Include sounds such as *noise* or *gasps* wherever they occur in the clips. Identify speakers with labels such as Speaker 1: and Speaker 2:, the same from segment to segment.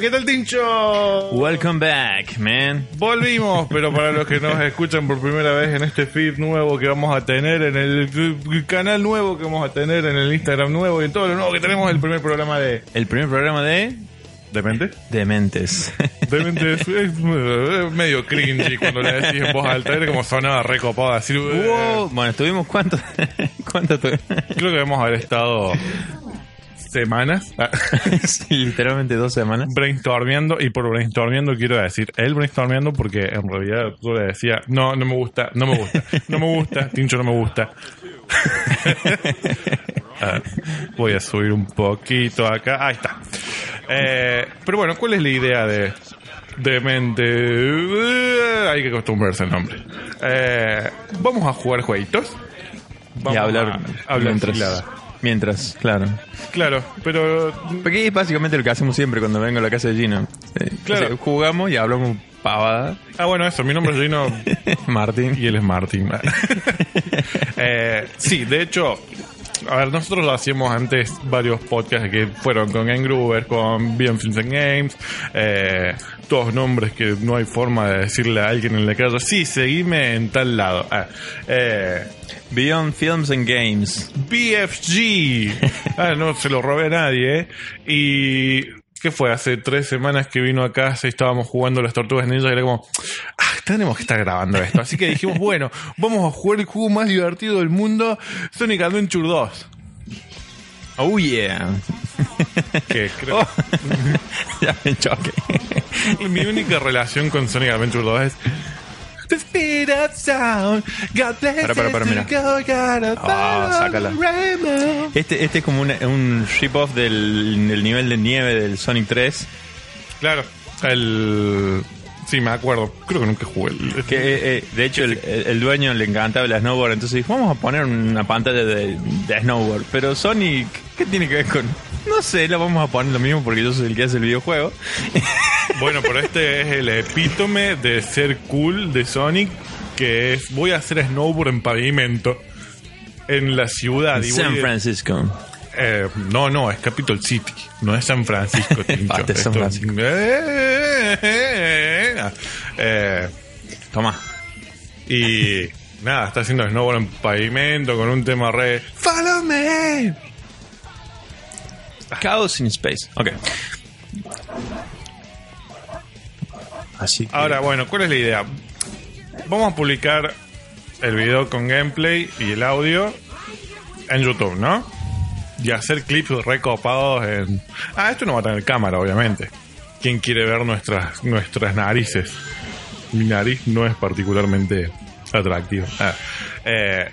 Speaker 1: ¿qué tal, Tincho?
Speaker 2: Welcome back, man.
Speaker 1: Volvimos, pero para los que nos escuchan por primera vez en este feed nuevo que vamos a tener, en el canal nuevo que vamos a tener, en el Instagram nuevo y en todo lo nuevo que tenemos, el primer programa de...
Speaker 2: El primer programa de
Speaker 1: ¿Demente? *laughs*
Speaker 2: Dementes.
Speaker 1: Demente es, es medio cringy cuando le decís en voz alta, era como sonaba recopada, así...
Speaker 2: Wow. Bueno, estuvimos cuánto, *laughs* cuánto tu- *laughs*
Speaker 1: Creo que hemos haber estado semanas ah,
Speaker 2: Sí, literalmente dos semanas.
Speaker 1: brainstormeando y por brainstormeando quiero decir el brainstormeando porque en realidad tú le decía no, no me gusta, no me gusta, no me gusta, Tincho no me gusta. Ah, voy a subir un poquito acá, ahí está. Eh, pero bueno, ¿cuál es la idea de Demente? Hay que acostumbrarse al nombre. Eh, vamos a jugar jueguitos. Vamos
Speaker 2: y hablar,
Speaker 1: a hablar
Speaker 2: mientras,
Speaker 1: gilada.
Speaker 2: mientras, claro.
Speaker 1: Claro, pero
Speaker 2: Porque es básicamente lo que hacemos siempre cuando vengo a la casa de Gino. Sí.
Speaker 1: Claro.
Speaker 2: O sea, jugamos y hablamos
Speaker 1: *laughs*
Speaker 2: pavada.
Speaker 1: Ah, bueno, eso. Mi nombre es Gino
Speaker 2: *laughs* Martín.
Speaker 1: *laughs* y él es Martín. Eh, sí, de hecho, a ver, nosotros hacíamos antes varios podcasts que fueron con Game Groover, con Bien Films and Games, eh, todos nombres que no hay forma de decirle a alguien en la calle, sí, seguime en tal lado. Ah, eh,
Speaker 2: Beyond Films and Games. *laughs*
Speaker 1: BFG. Ah, no se lo robé a nadie. ¿eh? Y. ¿Qué fue? Hace tres semanas que vino a casa y estábamos jugando las tortugas ninja y era como. Ah, tenemos que estar grabando esto. Así que dijimos, bueno, vamos a jugar el juego más divertido del mundo, Sonic Adventure 2.
Speaker 2: Oh yeah. Oh.
Speaker 1: Que creo.
Speaker 2: *laughs* ya me choque.
Speaker 1: Mi única relación con Sonic Adventure 2 es. The speed of sound, God bless
Speaker 2: Para, para, para,
Speaker 1: us to
Speaker 2: mira.
Speaker 1: go, gotta
Speaker 2: Ah,
Speaker 1: follow
Speaker 2: sácala.
Speaker 1: the rainbow.
Speaker 2: Este, este es como una- un rip-off del, del nivel de nieve del Sonic 3.
Speaker 1: Claro, el. Sí, me acuerdo. Creo que nunca jugué. el-
Speaker 2: Que, eh, eh, de hecho, el, el- el dueño le encantaba el snowboard, entonces dijo, vamos a poner una pantalla de, de snowboard. Pero Sonic, ¿qué tiene que ver con...? No sé, la vamos a poner lo mismo porque yo soy el que hace el videojuego.
Speaker 1: Bueno, pero este es el epítome de ser cool de Sonic, que es voy a hacer snowboard en pavimento en la ciudad. y voy
Speaker 2: San
Speaker 1: de-
Speaker 2: Francisco.
Speaker 1: eh, no, no, es Capitol City, no es San Francisco. Tincho.
Speaker 2: Parte de San
Speaker 1: Esto-
Speaker 2: Francisco.
Speaker 1: Eh, eh, eh, eh,
Speaker 2: Toma.
Speaker 1: eh, y nada, está haciendo snowboard en pavimento con un tema re... ¡Follow me!
Speaker 2: Chaos in Space. Ok. Así que...
Speaker 1: Ahora, bueno, ¿cuál es la idea? Vamos a publicar el video con gameplay y el audio en YouTube, ¿no? Y hacer clips recopados en... Ah, esto no va a tener cámara, obviamente. ¿Quién quiere ver nuestras, nuestras narices? Mi nariz no es particularmente atractiva. Ah, eh,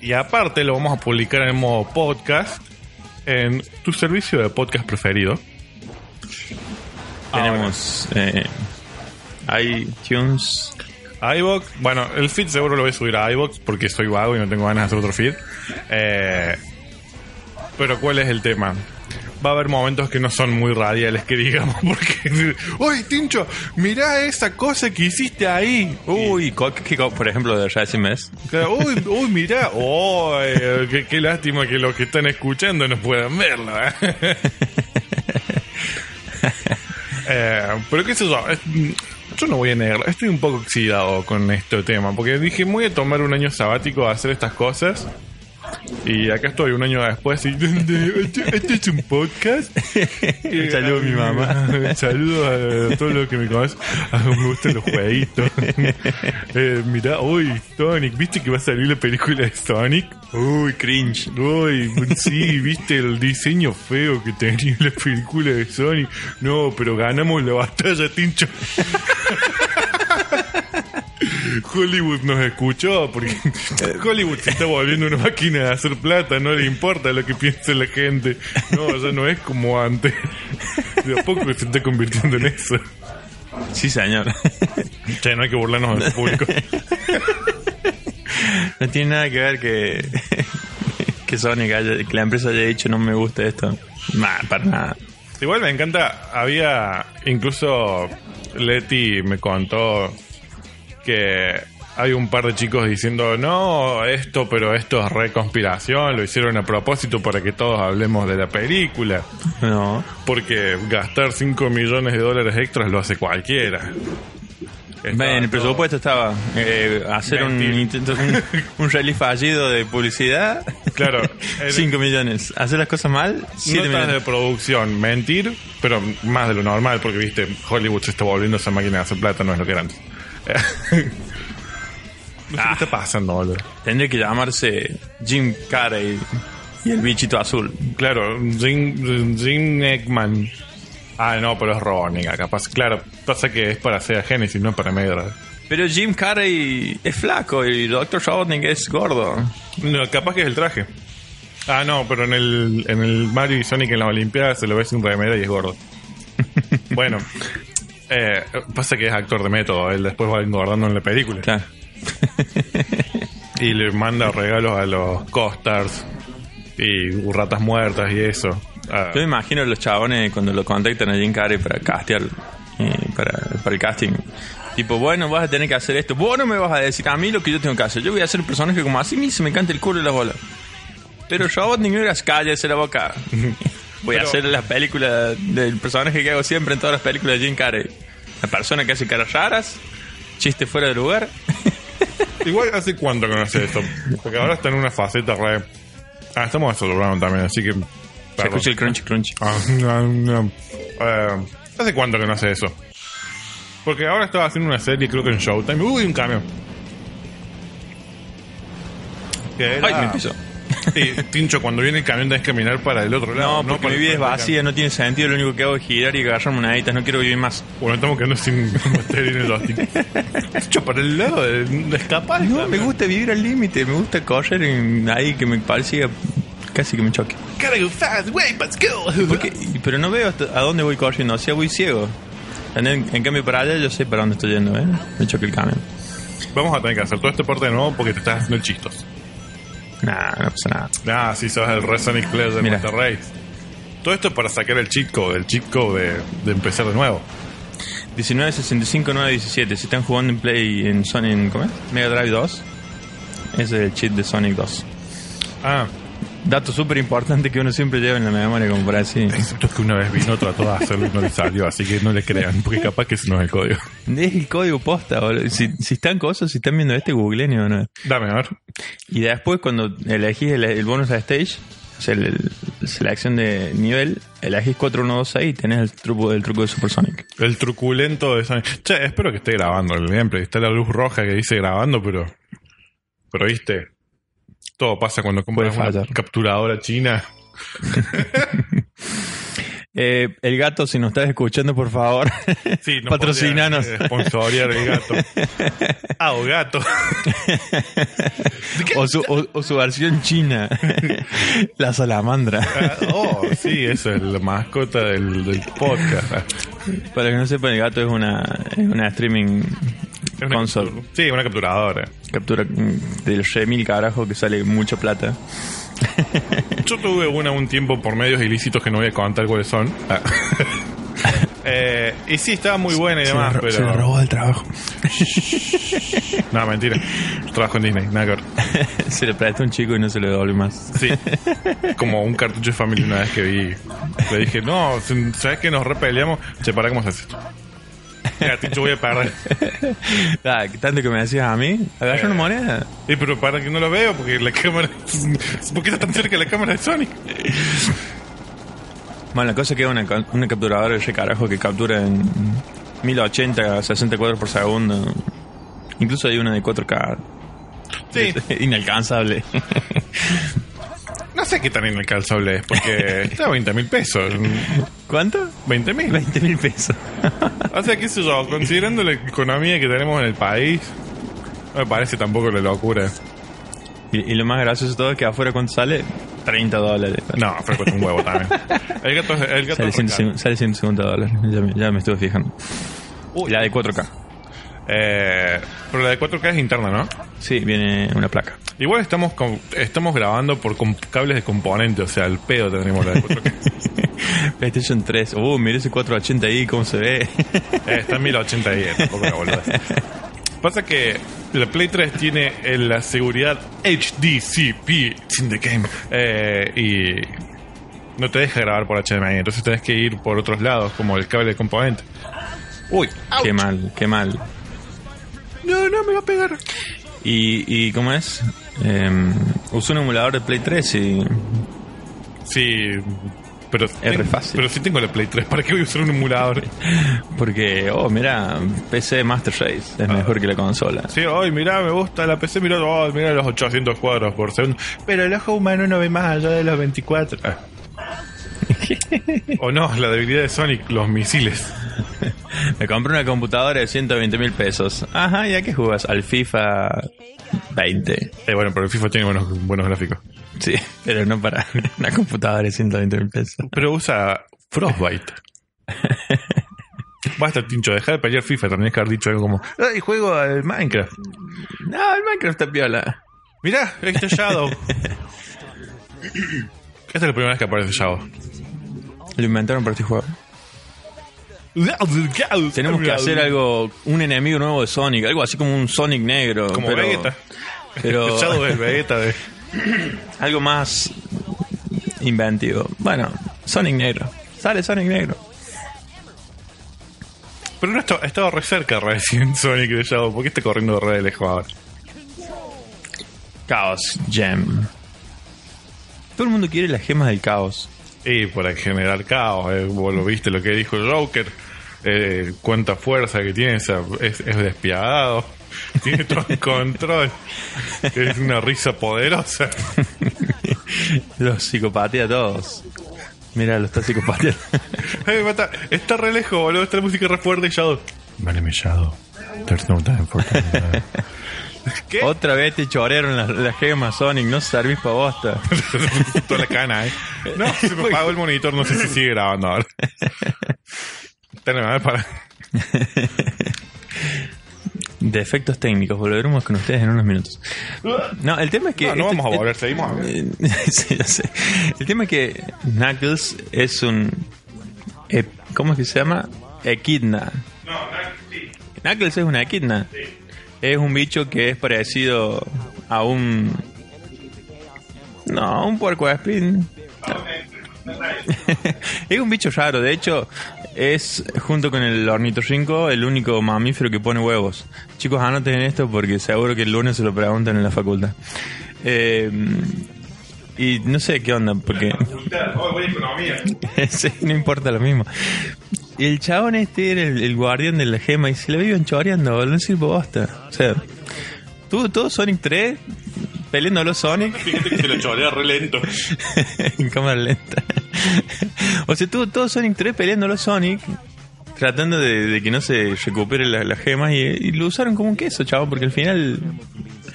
Speaker 1: y aparte lo vamos a publicar en modo podcast en tu servicio de podcast preferido.
Speaker 2: tenemos... eh, iTunes...
Speaker 1: iVoox, bueno, el feed seguro lo voy a subir a iVoox porque soy vago y no tengo ganas de hacer otro feed. Eh, pero ¿cuál es el tema? Va a haber momentos que no son muy radiales que digamos, *laughs* porque... ¡Uy, Tincho! Mirá esa cosa que hiciste ahí.
Speaker 2: Uy, co- que co- por ejemplo, de Resimers.
Speaker 1: Claro, uy, uy, mirá. *laughs* Oh, eh, qué, qué lástima que los que están escuchando no puedan verlo. ¿eh? Eh, pero qué sé yo. es- Yo no voy a negarlo. Estoy un poco oxidado con este tema. Porque dije, me voy a tomar un año sabático a hacer estas cosas. Y acá estoy un año después. Y, *laughs* ¿Esto, esto es un podcast?
Speaker 2: *laughs* Un saludo a mi
Speaker 1: *laughs*
Speaker 2: mamá.
Speaker 1: Un saludo a todos los que me conocen. *laughs* A mí me gustan los jueguitos. *laughs* Eh, mirá, uy, Sonic. ¿Viste que va a salir la película de Sonic?
Speaker 2: Uy, cringe.
Speaker 1: Uy, sí, viste el diseño feo que tenía la película de Sonic. No, pero ganamos la batalla, Tincho. Hollywood nos escuchó porque Hollywood se está volviendo una máquina de hacer plata, no le importa lo que piense la gente. No, ya no es como antes. De a poco se está convirtiendo en eso.
Speaker 2: Sí, señor.
Speaker 1: Che, no hay que burlarnos del público.
Speaker 2: *laughs* No tiene nada que ver que, *laughs* que Sonic haya- que la empresa haya dicho no me gusta esto. Nah, para nada.
Speaker 1: Igual me encanta, había incluso Leti me contó que hay un par de chicos diciendo, no, esto, pero esto es reconspiración, lo hicieron a propósito para que todos hablemos de la película.
Speaker 2: No.
Speaker 1: Porque gastar 5 millones de dólares extras lo hace cualquiera.
Speaker 2: Ven,
Speaker 1: Estaba
Speaker 2: el
Speaker 1: todo-
Speaker 2: presupuesto estaba eh, hacer un
Speaker 1: Mentir.
Speaker 2: intento, un, *laughs* un rally fallido de publicidad. *laughs*
Speaker 1: Claro.
Speaker 2: 5 millones. Hacer las cosas mal, 7
Speaker 1: Notas de
Speaker 2: millones.
Speaker 1: producción, mentir, pero más de lo normal, porque viste, Hollywood se está volviendo esa máquina de hacer plata, no es lo que era antes. *laughs* No sé ¿Qué está pasando, boludo?
Speaker 2: Tendría que llamarse Jim Carrey y el bichito azul.
Speaker 1: Claro, Jim, Jim Eggman. Ah, no, pero es Ronica, capaz. Claro, pasa que es para Sega Genesis, no para Mega Drive.
Speaker 2: Pero Jim Carrey es flaco y Dr. Robotnik es gordo.
Speaker 1: No, capaz que es el traje. Ah, no, pero en el, en el Mario y Sonic en las Olimpiadas se lo ve sin remera y es gordo. bueno, eh, pasa que es actor de método, él después va engordando en la película.
Speaker 2: Claro.
Speaker 1: Y le manda regalos a los costards y ratas muertas y eso. Ah,
Speaker 2: Yo me imagino los chabones cuando lo contactan a Jim Carrey para castear, eh, para, para el casting. Tipo, bueno, vas a tener que hacer esto. Vos no me vas a decir a mí lo que yo tengo que hacer. Yo voy a hacer un personaje como así, y se me canta el culo y las bolas. Pero Robotnik, mira, cállese la *laughs* boca. Voy a
Speaker 1: Pero-
Speaker 2: hacer las películas del personaje que hago siempre en todas las películas de Jim Carrey. La persona que hace caras raras, chiste fuera de lugar. *laughs*
Speaker 1: Igual hace cuánto que no hace esto. Porque ahora está en una faceta re. Ah, estamos celebrando también, así que.
Speaker 2: Se
Speaker 1: perdón.
Speaker 2: escucha el crunch crunch.
Speaker 1: Ah, no, no. Eh, ¿Hace cuánto que no hace eso? Porque ahora estaba haciendo una serie, creo que en Showtime. Uy, un camión. Que era-
Speaker 2: Ay, me piso.
Speaker 1: Sí, Tincho, cuando viene el camión tenés que caminar para el otro lado.
Speaker 2: No, porque
Speaker 1: para
Speaker 2: mi
Speaker 1: el
Speaker 2: vida es
Speaker 1: frente del
Speaker 2: vacía, no tiene sentido. Lo único que hago es girar y agarrar moneditas. No quiero vivir más.
Speaker 1: camión. Bueno, estamos quedando sin *laughs* batería en el hosting. Tincho, para el lado de, de escapar.
Speaker 2: No, me gusta vivir al límite, me gusta correr en ahí que me parece casi que me choque.
Speaker 1: Gotta go fast, way, let's go. *laughs*
Speaker 2: Porque, pero no veo hasta a dónde voy corriendo, o sea, voy ciego. En, en cambio, para allá yo sé para dónde estoy yendo, ¿eh? Me choque el camión.
Speaker 1: Vamos a tener que hacer todo este parte de nuevo porque te estás haciendo el chistos.
Speaker 2: Nah, no pasa nada.
Speaker 1: Ah, sí, sos el Red Sonic Player de
Speaker 2: Mira.
Speaker 1: Monterrey. Todo esto para sacar el cheat code, el cheat code de, de empezar de nuevo.
Speaker 2: 19, 65, 9, 17. Si están jugando en Play, en Sony, en, ¿cómo es? Mega Drive 2. Ese es el cheat de Sonic 2.
Speaker 1: Ah,
Speaker 2: Dato súper importante que uno siempre lleva en la memoria, como para
Speaker 1: *laughs*
Speaker 2: así.
Speaker 1: excepto que una vez vino, trató de hacerlo y no le salió, así que no le crean, porque capaz que ese no es el código.
Speaker 2: Es el código posta, boludo. Si, si están cosas, si están viendo este, googleen o no.
Speaker 1: Dame, a ver.
Speaker 2: Y después cuando elegís el, el bonus a stage, o sea, el- el- selección de nivel, elegís 4126 y tenés el truco, el truco de Supersonic.
Speaker 1: El truculento de Sonic. Che, espero que esté grabando el gameplay. Está la luz roja que dice grabando, pero. Pero viste. Todo pasa cuando compras
Speaker 2: Puede
Speaker 1: una
Speaker 2: fallar.
Speaker 1: capturadora china.
Speaker 2: Eh, el gato, si nos estás escuchando, por favor,
Speaker 1: *laughs* Sí, no
Speaker 2: patrocinanos.
Speaker 1: podría, eh, sponsorear el
Speaker 2: *laughs*
Speaker 1: gato. Ah, o gato.
Speaker 2: o, su, o- o su
Speaker 1: *laughs*
Speaker 2: versión china, la salamandra.
Speaker 1: Ah, Oh, sí, eso es la mascota del, del podcast.
Speaker 2: Para que no sepan, el gato es una, es una streaming
Speaker 1: Es una
Speaker 2: console.
Speaker 1: captura- Sí, una capturadora.
Speaker 2: Captura mm, del re mil carajo que sale mucha plata.
Speaker 1: Yo tuve una un tiempo por medios ilícitos que no voy a contar cuáles son.
Speaker 2: *laughs*
Speaker 1: Ah. Eh, y sí, estaba muy buena y
Speaker 2: Se la
Speaker 1: demás,
Speaker 2: ro-
Speaker 1: pero.
Speaker 2: se la robó del trabajo. *laughs*
Speaker 1: No, mentira. Trabajo en Disney, nada que ver.
Speaker 2: se le presta a un chico y no se le devuelve más. *laughs*
Speaker 1: Sí. Como un cartucho de familia una vez que vi. Le dije, no, ¿sabes que nos repeleamos? Che, para, ¿cómo se hace esto? Cartucho voy a perder.
Speaker 2: Ah, tanto que me decías a mí, agarra una moneda.
Speaker 1: Eh, pero para que no lo veo, porque la cámara. *laughs* ¿Por qué está tan cerca la cámara de Sonic?
Speaker 2: Bueno, la cosa es que es una, ca- una capturadora de ese carajo que captura en 1080, 60 cuadros por segundo. Incluso hay una de 4K.
Speaker 1: Sí.
Speaker 2: *laughs* Inalcanzable.
Speaker 1: No sé qué tan inalcanzable es, porque está a 20 mil pesos.
Speaker 2: ¿Cuánto?
Speaker 1: 20 mil.
Speaker 2: 20 mil pesos. *laughs*
Speaker 1: O sea, qué sé yo, considerando la economía que tenemos en el país, no me parece tampoco la locura.
Speaker 2: Y, y lo más gracioso de todo es que afuera cuánto sale? 30 dólares.
Speaker 1: No, pero cuesta un huevo también. El gato, el gato
Speaker 2: Sale,
Speaker 1: es recaro.
Speaker 2: 150 sale 150 dólares. Ya me, ya me estuve fijando.
Speaker 1: Uy.
Speaker 2: La de 4K.
Speaker 1: Eh, pero la de 4K es interna, ¿no?
Speaker 2: Sí, viene
Speaker 1: *laughs*
Speaker 2: una placa.
Speaker 1: Igual estamos con- estamos grabando por com- cables de componente, o sea, el pedo tendremos la de 4K.
Speaker 2: PlayStation 3. Uh, mire ese 480i, cómo se ve.
Speaker 1: Eh, está en 1080 y eh, tampoco la boludez. Pasa que La Play 3 tiene eh, la seguridad HDCP sin the game. eh, y no te deja grabar por HDMI, entonces tenés que ir por otros lados, como el cable de componente. Uy,
Speaker 2: Qué mal, qué mal.
Speaker 1: no, no, me va a pegar.
Speaker 2: ¿Y, y cómo es? Eh, usó un emulador de Play 3 y...
Speaker 1: Sí, pero, tengo-
Speaker 2: re fácil.
Speaker 1: pero sí tengo la Play 3, ¿para qué voy a usar un emulador?
Speaker 2: Porque, oh, mira, PC Master Race
Speaker 1: Ah.
Speaker 2: es mejor que la consola.
Speaker 1: Sí, hoy mirá, me gusta la PC, mirá, oh, mirá los 800 cuadros por segundo. Pero el ojo humano no ve más allá de los 24.
Speaker 2: *laughs*
Speaker 1: Ah. o no, la debilidad de Sonic, los misiles.
Speaker 2: Me compré una computadora de 120 mil pesos. Ajá, ¿y a qué jugas? Al FIFA 20.
Speaker 1: Eh, bueno, pero el FIFA tiene buenos, buenos gráficos.
Speaker 2: Sí, *laughs* pero no para una computadora de 120 mil pesos.
Speaker 1: Pero usa
Speaker 2: *laughs*
Speaker 1: Frostbite. Basta, Tincho, dejar de pelear FIFA. También que haber dicho algo como: ¡Ay, juego al Minecraft!
Speaker 2: No, el Minecraft está piola.
Speaker 1: Mirá, este
Speaker 2: *laughs*
Speaker 1: Shadow. Esta es la primera vez que aparece Shadow.
Speaker 2: Lo inventaron para este juego. Tenemos que hacer algo, un enemigo nuevo de Sonic, algo así como un Sonic negro.
Speaker 1: Como
Speaker 2: pero,
Speaker 1: Vegeta. *laughs*
Speaker 2: Pero
Speaker 1: Shadow es el Vegeta de.
Speaker 2: algo más inventivo. Bueno, Sonic negro. Sale Sonic negro.
Speaker 1: Pero no estaba, estaba re cerca recién *laughs* Sonic de Shadow. ¿Por qué está corriendo re de lejos ahora?
Speaker 2: Chaos Gem. Todo el mundo quiere las gemas del caos. *laughs*
Speaker 1: Y para generar caos, eh, vos lo viste lo que dijo el Joker. Eh, cuánta fuerza que tiene, esa- es, es despiadado. *laughs* Tiene todo el control. Es una risa poderosa. *laughs*
Speaker 2: Los psicopatea a todos. Mira, lo está psicopateando.
Speaker 1: Ay, me Eh, mata. Está re lejos, boludo. Está la música re fuerte y Shadow. My name is Shadow. There's no time for that. ¿Qué?
Speaker 2: Otra vez te chorearon las las gemas, Sonic. No servís
Speaker 1: *laughs*
Speaker 2: para bosta.
Speaker 1: *laughs* Toda la cana, ¿eh? No, se me apagó el monitor, no sé si sigue grabando *laughs* ahora. Teneme, a ver, para.
Speaker 2: Defectos técnicos. Volveremos con ustedes en unos minutos. No, el tema es que.
Speaker 1: No, no
Speaker 2: este-
Speaker 1: vamos a volver, seguimos.
Speaker 2: *laughs* sí, ya sé. El tema es que Knuckles es un. eh, ¿Cómo es que se llama? Equidna. Knuckles es una equidna. Es un bicho que es parecido a un. No, a un puerco de spin. *laughs* es un bicho raro. De hecho, es junto con el ornitorrinco el único mamífero que pone huevos. Chicos, anoten esto porque seguro que el lunes se lo preguntan en la facultad. Eh, y no sé qué onda, porque *laughs* sí, no importa lo mismo. Y el chabón este era el, el guardián de la gema y se le viven choreando, boludo, no sirve bosta. O sea, tuvo todo Sonic 3 peleándolo Sonic
Speaker 1: Fíjate que se lo chorea re lento.
Speaker 2: *laughs* en cámara lenta. o sea, tuvo todo Sonic 3 peleándolo Sonic, tratando de, de que no se recupere la- las gemas y, y lo usaron como un queso, chavo, porque al final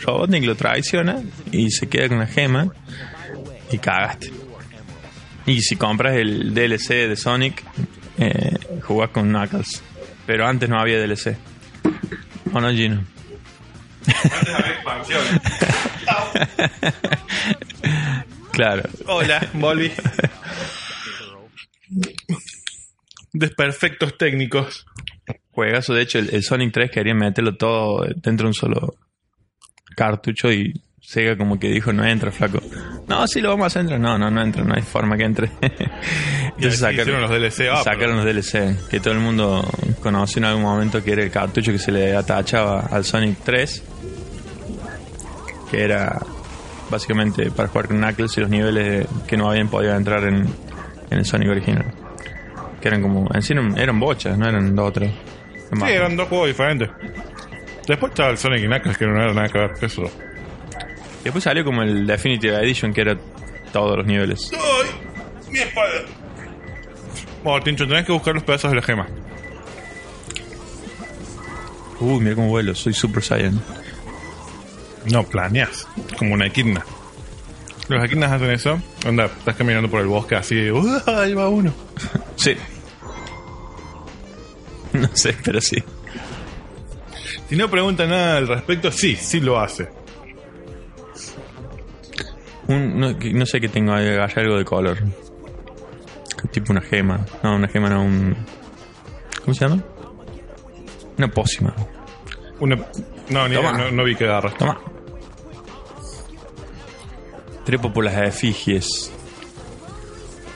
Speaker 2: Robotnik lo traiciona y se queda con la gema y cagaste. Y si compras el DLC de Sonic, eh, jugás con Knuckles. Pero antes no había DLC. ¿O no, Gino? Claro.
Speaker 1: Hola, volví. Desperfectos técnicos.
Speaker 2: Juegazo, de hecho, el, el Sonic 3 querían meterlo todo dentro de un solo cartucho y Sega como que dijo, no entra, flaco. No, sí lo vamos a hacer entrar. No, no, no entra, no hay forma que entre. *laughs* Entonces
Speaker 1: así hicieron los DLC, ah,
Speaker 2: sacaron los DLC, que todo el mundo conoció en algún momento que era el cartucho que se le atachaba al Sonic 3, que era básicamente para jugar con Knuckles y los niveles que no habían podido entrar en, en el Sonic original. Que eran como, en sí eran, eran bochas, no eran dos o tres.
Speaker 1: Sí, eran dos juegos diferentes. Después estaba el Sonic y Knuckles, que no era nada que ver. Eso.
Speaker 2: Después salió como el Definitive Edition, que era todos los niveles.
Speaker 1: ¡Ay! ¡Mi espada! Bueno, Tincho, tenés que buscar los pedazos de la gema.
Speaker 2: Uy, mira cómo vuelo, soy Super Saiyan.
Speaker 1: No, planeas. Como una equidna. Los equidnas hacen eso. Anda, estás caminando por el bosque así. ¡Uh, ahí va uno!
Speaker 2: Sí. *laughs* No sé, pero sí.
Speaker 1: Si no pregunta nada al respecto, sí, sí lo hace.
Speaker 2: Un- no, que- no sé qué tengo, ahí, hay algo de color. Tipo una gema. No, una gema no, un... ¿Cómo se llama? Una pócima.
Speaker 1: Una, No, ni,
Speaker 2: Toma.
Speaker 1: no, no vi que agarra.
Speaker 2: Toma. Trepo por las efigies.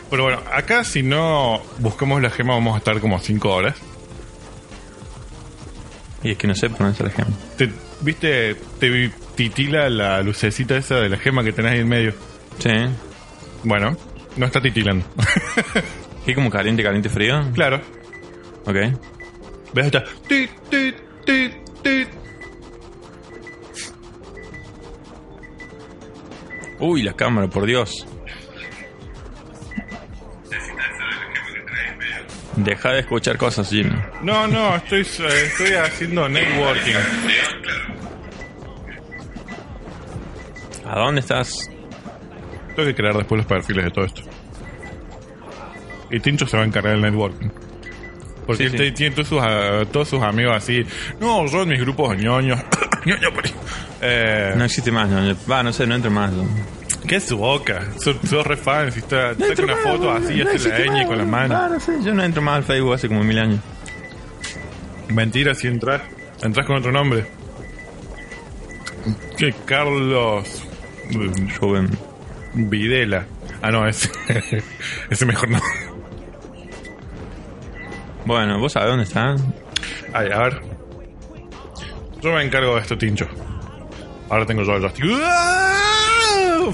Speaker 1: Pero bueno, acá si no buscamos la gema vamos a estar como 5 horas.
Speaker 2: Y es que no sé por dónde está la gema.
Speaker 1: Te, ¿Viste? Te vi- titila la lucecita esa de la gema que tenés ahí en medio.
Speaker 2: Sí. ¿eh?
Speaker 1: Bueno, no está titilando. *laughs*
Speaker 2: ¿Qué como caliente, caliente, frío?
Speaker 1: claro.
Speaker 2: Ok.
Speaker 1: ¿Ves? Está. Tit, tit, tit, tit.
Speaker 2: Uy, la cámara, por Dios. Deja de escuchar cosas, Jim.
Speaker 1: No, no, estoy, eh, estoy haciendo networking.
Speaker 2: ¿A dónde estás?
Speaker 1: Tengo que crear después los perfiles de todo esto. Y Tincho se va a encargar del networking. Porque
Speaker 2: Sí,
Speaker 1: él
Speaker 2: sí.
Speaker 1: te- tiene todos sus, ah, todos sus amigos así. No, yo en mis grupos ñoños. *coughs* ñoño, pero- eh,
Speaker 2: No existe más, no. Va, no sé, no entro más.
Speaker 1: ¿Qué es su boca? Sos sos re fan. Si está,
Speaker 2: No
Speaker 1: saca
Speaker 2: entro
Speaker 1: una
Speaker 2: más,
Speaker 1: foto
Speaker 2: boludo,
Speaker 1: así,
Speaker 2: no
Speaker 1: hace
Speaker 2: existe
Speaker 1: la
Speaker 2: más,
Speaker 1: ñ con la
Speaker 2: boludo.
Speaker 1: mano.
Speaker 2: Ah, no sé, yo no entro más al Facebook hace como mil años.
Speaker 1: Mentira, si entras. Entras con otro nombre. Que Carlos. mm,
Speaker 2: Rubén.
Speaker 1: Videla. Ah, no, ese. *laughs* ese mejor no.
Speaker 2: Bueno, ¿vos sabés dónde está?
Speaker 1: Ay, a ver. Yo me encargo de esto, Tincho. Ahora tengo yo el joystick. ¡Uah!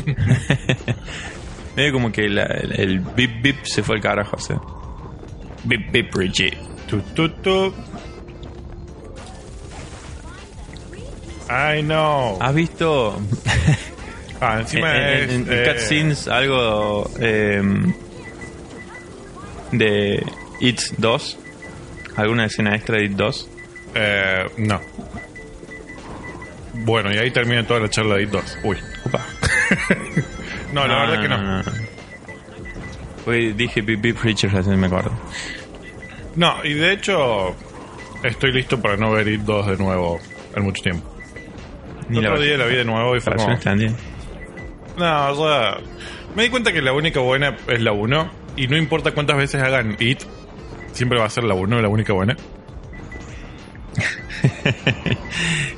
Speaker 2: Medio como que la- el, el bip bip se fue al carajo, o sea. Bip bip Richie.
Speaker 1: Tu, tu, tu. Ay, no.
Speaker 2: ¿Has visto
Speaker 1: Ah,
Speaker 2: en,
Speaker 1: encima
Speaker 2: en-
Speaker 1: es.
Speaker 2: en- en
Speaker 1: eh,
Speaker 2: cutscenes algo em, de It 2? ¿Alguna escena extra de It 2?
Speaker 1: eh, no. Bueno, y ahí termina toda la charla de It 2. Uy.
Speaker 2: Opa.
Speaker 1: No, la
Speaker 2: Ah,
Speaker 1: verdad que no.
Speaker 2: Hoy dije Bip Bip Richie recién me acuerdo.
Speaker 1: No, y de hecho. Estoy listo para no ver It 2 de nuevo en mucho tiempo.
Speaker 2: Ni
Speaker 1: El
Speaker 2: la
Speaker 1: otro día la vi de nuevo y fue como.
Speaker 2: versión extendida.
Speaker 1: No, o sea, me di cuenta que la única buena es la 1 y no importa cuántas veces hagan IT, siempre va a ser la 1 la única buena.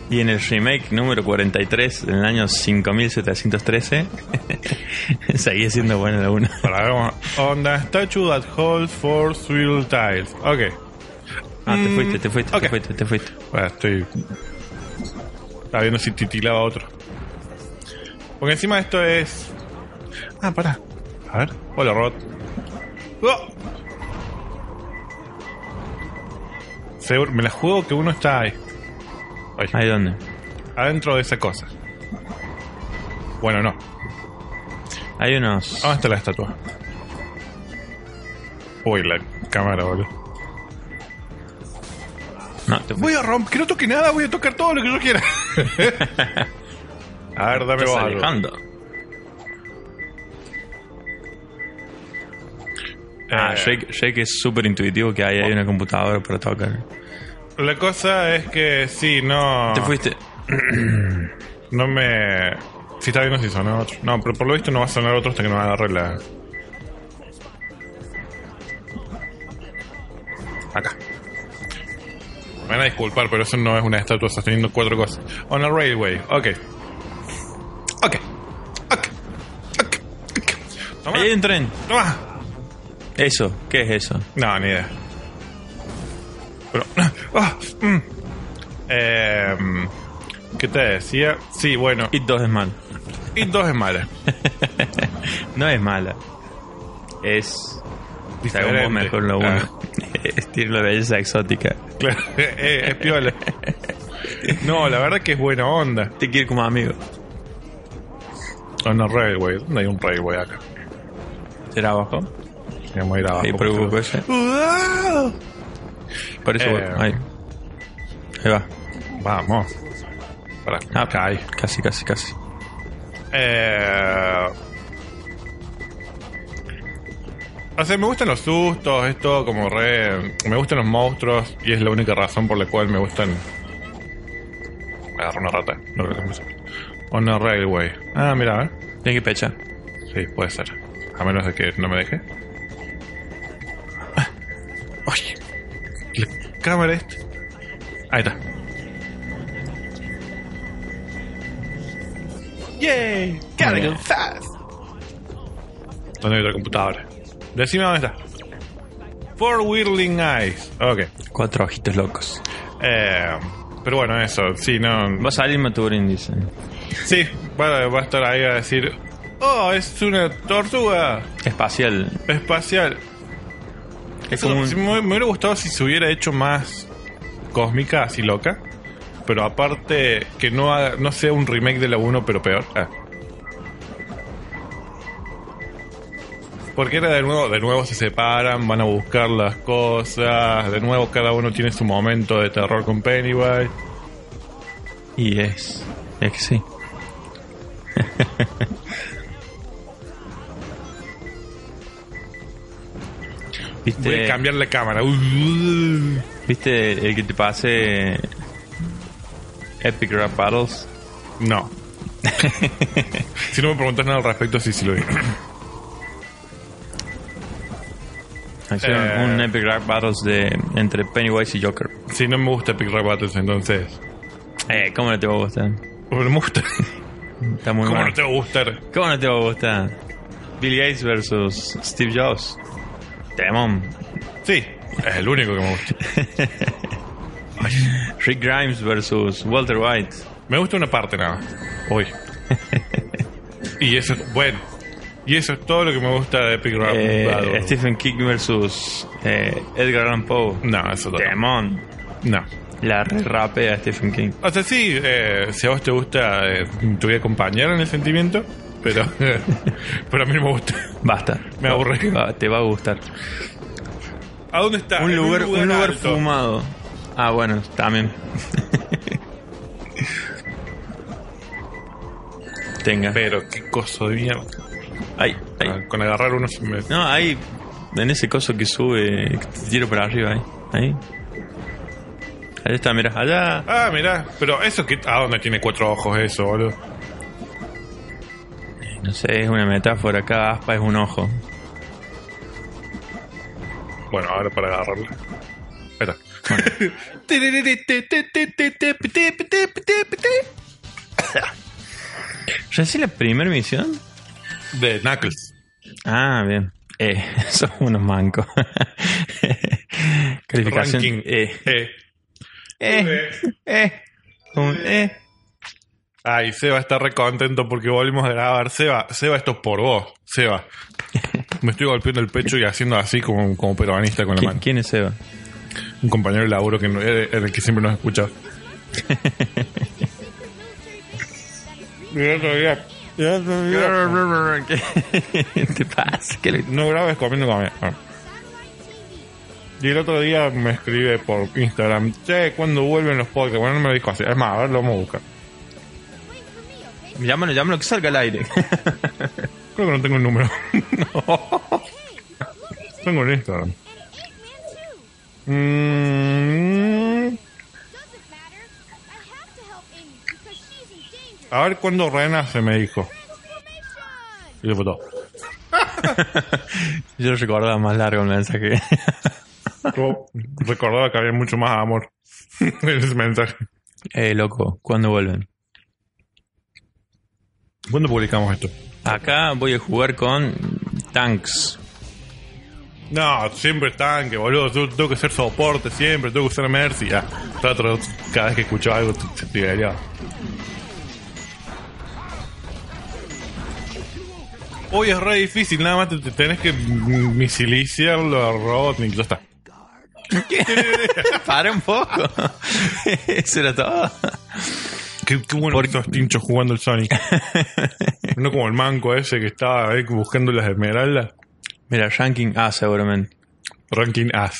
Speaker 2: Y en el remake número 43 del año 5713, *laughs* seguía siendo buena la 1.
Speaker 1: Para ver, vamos- on the statue that holds four swivel tiles. Ok,
Speaker 2: Ah, te
Speaker 1: Mm,
Speaker 2: fuiste, te fuiste,
Speaker 1: ok.
Speaker 2: te fuiste, te fuiste.
Speaker 1: bueno, estoy... Estaba viendo si titilaba otro. Porque encima esto es... Ah, pará. A ver. Hola, Rod. ¡Oh! Seguro- me la juego que uno está ahí. Ay.
Speaker 2: ¿Ahí dónde?
Speaker 1: adentro de esa cosa. Bueno, no.
Speaker 2: Hay unos.
Speaker 1: ¿Dónde está la estatua? Uy, la cámara, boludo.
Speaker 2: No, te fuiste.
Speaker 1: Voy a romper, que no toque nada, voy a tocar todo lo que yo quiera. *laughs* a ver, dame
Speaker 2: Estás
Speaker 1: vos algo.
Speaker 2: alejando. Ah,
Speaker 1: Eh,
Speaker 2: Jake, Jake es súper intuitivo que ahí hay una computadora para tocar.
Speaker 1: La cosa es que sí, no.
Speaker 2: Te fuiste.
Speaker 1: No me. Si está bien, no si sonó otro. No, pero por lo visto no va a sonar otro hasta que no agarre la. Acá. Me van a disculpar, pero eso no es una estatua sosteniendo cuatro cosas. On a railway. Ok. Ok. Ok. Ok. Ok. Toma.
Speaker 2: Ahí hay un tren.
Speaker 1: Toma.
Speaker 2: Eso, ¿qué es eso?
Speaker 1: No, ni idea. Pero. ah, mm. Em, ¿Qué te decía? Sí, bueno.
Speaker 2: It 2 es malo.
Speaker 1: Y dos es mala.
Speaker 2: No es mala. Es. Según
Speaker 1: Diferente.
Speaker 2: vos, mejor lo
Speaker 1: Ah.
Speaker 2: *laughs* uno. Es tiene la belleza exótica.
Speaker 1: Claro, *laughs* eh, es piola. No, la verdad que es buena onda.
Speaker 2: Te quiero como amigo.
Speaker 1: Oh, no, Railway. ¿Dónde hay un Railway acá?
Speaker 2: ¿Será abajo?
Speaker 1: Vamos a ir abajo.
Speaker 2: Ahí por el
Speaker 1: porque-
Speaker 2: hueco ese.
Speaker 1: ¡Uah!
Speaker 2: Por eso,
Speaker 1: Eh.
Speaker 2: bueno, ahí. Ahí va.
Speaker 1: Vamos. Pará,
Speaker 2: Ah,
Speaker 1: acá hay.
Speaker 2: Casi, casi, casi.
Speaker 1: Eh... O sea, me gustan los sustos, es todo como re... Me gustan los monstruos y es la única razón por la cual me gustan... Me agarró una rata. No creo que me sea. On a railway. Ah, mira, a ver.
Speaker 2: Tienes que pechar.
Speaker 1: Sí, puede ser. A menos de que no me deje. Ah. Oye, la cámara esta. Ahí está. ¡Yay!
Speaker 2: Muy
Speaker 1: ¡Cargo
Speaker 2: bien.
Speaker 1: fast! ¿Dónde está la computadora? Decime dónde está. For Whirling Eyes. Ok.
Speaker 2: Cuatro ojitos locos.
Speaker 1: Eh, pero bueno, eso. Sí, no.
Speaker 2: Va a salir Maturin, dice.
Speaker 1: Sí, va, va a estar ahí a decir: ¡Oh, es una tortuga
Speaker 2: Espacial.
Speaker 1: espacial!
Speaker 2: Es
Speaker 1: Eso,
Speaker 2: como
Speaker 1: sí,
Speaker 2: un...
Speaker 1: me, me hubiera gustado si se hubiera hecho más cósmica, así loca. Pero aparte, que no, haga- no sea un remake de la 1, pero peor. Ah. Porque era de nuevo, de nuevo se separan, van a buscar las cosas, de nuevo cada uno tiene su momento de terror con Pennywise.
Speaker 2: Y es. Es que sí.
Speaker 1: Voy
Speaker 2: *laughs* ¿Viste,
Speaker 1: a cambiar la cámara. Uh,
Speaker 2: *laughs* ¿Viste el que te pase Epic Rap Battles?
Speaker 1: No. si no me preguntas nada al respecto, sí, sí lo digo.
Speaker 2: Hicieron
Speaker 1: Eh.
Speaker 2: un Epic Rap Battles de, entre Pennywise y Joker.
Speaker 1: Si no me gusta Pick Rap Battles, entonces.
Speaker 2: Eh, ¿cómo no te va a gustar?
Speaker 1: Pero me gusta. *laughs*
Speaker 2: Está muy
Speaker 1: ¿Cómo
Speaker 2: mal.
Speaker 1: no te va a gustar?
Speaker 2: ¿Cómo no te va a gustar? Bill Gates versus Steve Jobs. Temón.
Speaker 1: Sí, es el único que me gusta.
Speaker 2: Rick Grimes versus Walter White.
Speaker 1: Me gusta una parte nada. más.
Speaker 2: *laughs*
Speaker 1: Uy. Y eso es bueno. Y eso es todo lo que me gusta de Epic Rap
Speaker 2: Eh,
Speaker 1: Battle.
Speaker 2: Stephen King versus eh, Edgar Allan Poe.
Speaker 1: No, eso no.
Speaker 2: Temón.
Speaker 1: No.
Speaker 2: La re rapea Stephen King.
Speaker 1: O sea, sí, eh, si a vos te gusta, eh, te voy a acompañar en el sentimiento,
Speaker 2: *laughs*
Speaker 1: pero, pero a mí no me gusta.
Speaker 2: Basta.
Speaker 1: Me aburre.
Speaker 2: Va- te va a gustar.
Speaker 1: ¿A dónde está?
Speaker 2: Ah. un
Speaker 1: Ah, En
Speaker 2: lugar, un lugar
Speaker 1: alto.
Speaker 2: fumado. Ah, bueno, también. *laughs* Tenga.
Speaker 1: Pero qué coso de mierda.
Speaker 2: Ay, ay.
Speaker 1: Ah, Con agarrar uno se me-
Speaker 2: No, ahí. En ese coso que sube, que te tiro para arriba, ahí. Ahí. Ahí está, mirá. Allá.
Speaker 1: Ah, mirá, pero eso que... ¿A dónde tiene cuatro ojos eso, boludo?
Speaker 2: No sé, es una metáfora. Cada aspa es un ojo.
Speaker 1: Bueno, ahora para agarrarla. Espera.
Speaker 2: ¿Ya hice la primera misión?
Speaker 1: De Knuckles.
Speaker 2: Ah, bien. Eh, *laughs* son unos mancos. Calificación.
Speaker 1: Ranking.
Speaker 2: Eh,
Speaker 1: Eh.
Speaker 2: eh, eh. Un eh.
Speaker 1: Ay, Seba está re contento porque volvimos a grabar. Seba, Seba, esto es por vos. Seba. Me estoy golpeando el pecho y haciendo así como, como peruanista con la
Speaker 2: ¿Qui-
Speaker 1: mano.
Speaker 2: ¿Quién es Eva?
Speaker 1: Un compañero de laburo que no- era era el que siempre nos escucha.
Speaker 2: *laughs* ¿Qué te pasa? ¿Qué le-
Speaker 1: No grabes comiendo comida. Ah. Y el otro día me escribe por Instagram, che, ¿cuándo vuelven los podcasts? Bueno, no me lo dijo así. Es más, a ver, lo vamos a buscar.
Speaker 2: Llámalo, llámalo, que salga al aire.
Speaker 1: Creo que no tengo el número. *laughs* tengo el Instagram. Mm,
Speaker 3: Doesn't matter. I have to help Amy because she's in danger.
Speaker 1: a ver cuándo renace, me dijo.
Speaker 3: Transformation!
Speaker 1: Y le votó.
Speaker 2: *laughs* Yo recordaba más largo el *laughs* mensaje.
Speaker 1: Yo recordaba que había mucho más amor *laughs* en ese mensaje.
Speaker 2: eh, loco, ¿cuándo vuelven?
Speaker 1: ¿Cuándo publicamos esto?
Speaker 2: Acá voy a jugar con Tanks.
Speaker 1: No, siempre tanque, boludo. Yo tengo que ser soporte siempre, tengo que usar Mercy. Ah, trato- cada vez que escucho algo, t- se tiraría. Hoy es re difícil, nada más te, te tenés que m- misiliciarlo a Robotnik, ya está.
Speaker 2: *laughs* Para un poco. *laughs* Eso era todo.
Speaker 1: Qué, qué bueno que esos tinchos jugando el
Speaker 2: *laughs*
Speaker 1: Sonic. no como el manco ese que estaba ahí buscando las esmeraldas.
Speaker 2: Mira, ranking A seguramente.
Speaker 1: Ranking as.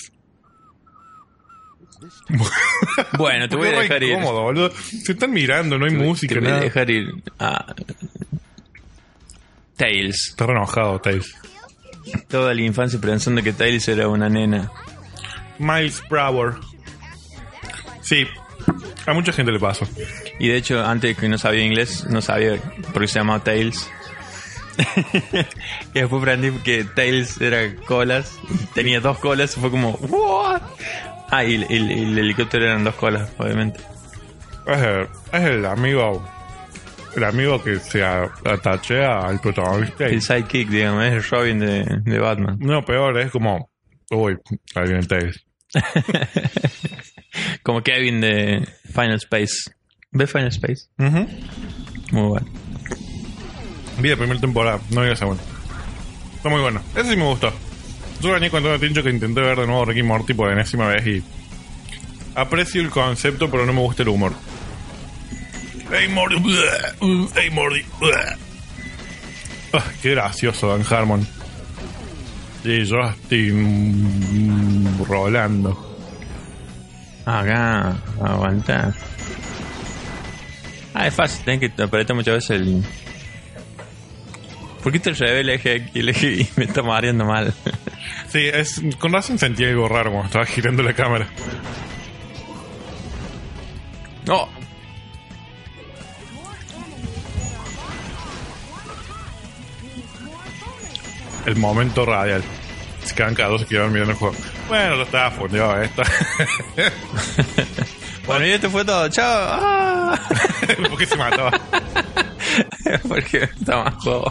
Speaker 2: Bueno, te voy a
Speaker 1: Qué re
Speaker 2: dejar ir.
Speaker 1: incómodo, boludo. Se están mirando, no hay música,
Speaker 2: te voy
Speaker 1: nada.
Speaker 2: a dejar ir a Tails.
Speaker 1: Está re enojado, Tails.
Speaker 2: Toda la infancia pensando que Tails era una nena.
Speaker 1: Miles Brower. Sí, a mucha gente le pasó.
Speaker 2: Y de hecho, antes que no sabía inglés, no sabía por qué se llamaba Tails. *laughs* y después aprendí que Tails era colas. Tenía dos colas y fue como, ¿what? Ah, y el, el- el helicóptero eran dos colas, obviamente.
Speaker 1: Es el, es el amigo el amigo que se a- atachea al protagonista. y-
Speaker 2: El sidekick, digamos, es el Robin de, de *laughs* Batman.
Speaker 1: no, peor, es como. Uy, ahí viene el Tails.
Speaker 2: Como Kevin de Final Space. ¿Ves Final Space?
Speaker 1: Ujú.
Speaker 2: Muy bueno.
Speaker 1: Vi la primera temporada, no vi la segunda. Está muy bueno. Ese sí me gustó. Yo venía contando a Tincho que intenté ver de nuevo Ricky Morty por enésima vez y. Aprecio el concepto, pero no me gusta el humor. ¡Ey Morty! ¡Ey Morty! uh. Ah, ¡Qué gracioso, Dan Harmon! Y yo estoy mm, rolando.
Speaker 2: Acá, aguanta. Ah, es fácil, tenés que apretar muchas veces el. ¿Por qué te llevé el eje aquí, el eje y *laughs* me está mareando mal? *laughs*
Speaker 1: Sí, es, con razón sentí algo raro cuando estaba girando la cámara.
Speaker 2: ¡No!
Speaker 1: El momento radial. Se quedan cada dos se quedan mirando el juego. Bueno, lo estaba fundido *laughs* esta.
Speaker 2: Bueno, y esto fue todo. ¡Chao! ¡Ah! *laughs*
Speaker 1: ¿Por qué se mataba?
Speaker 2: Porque está más juego.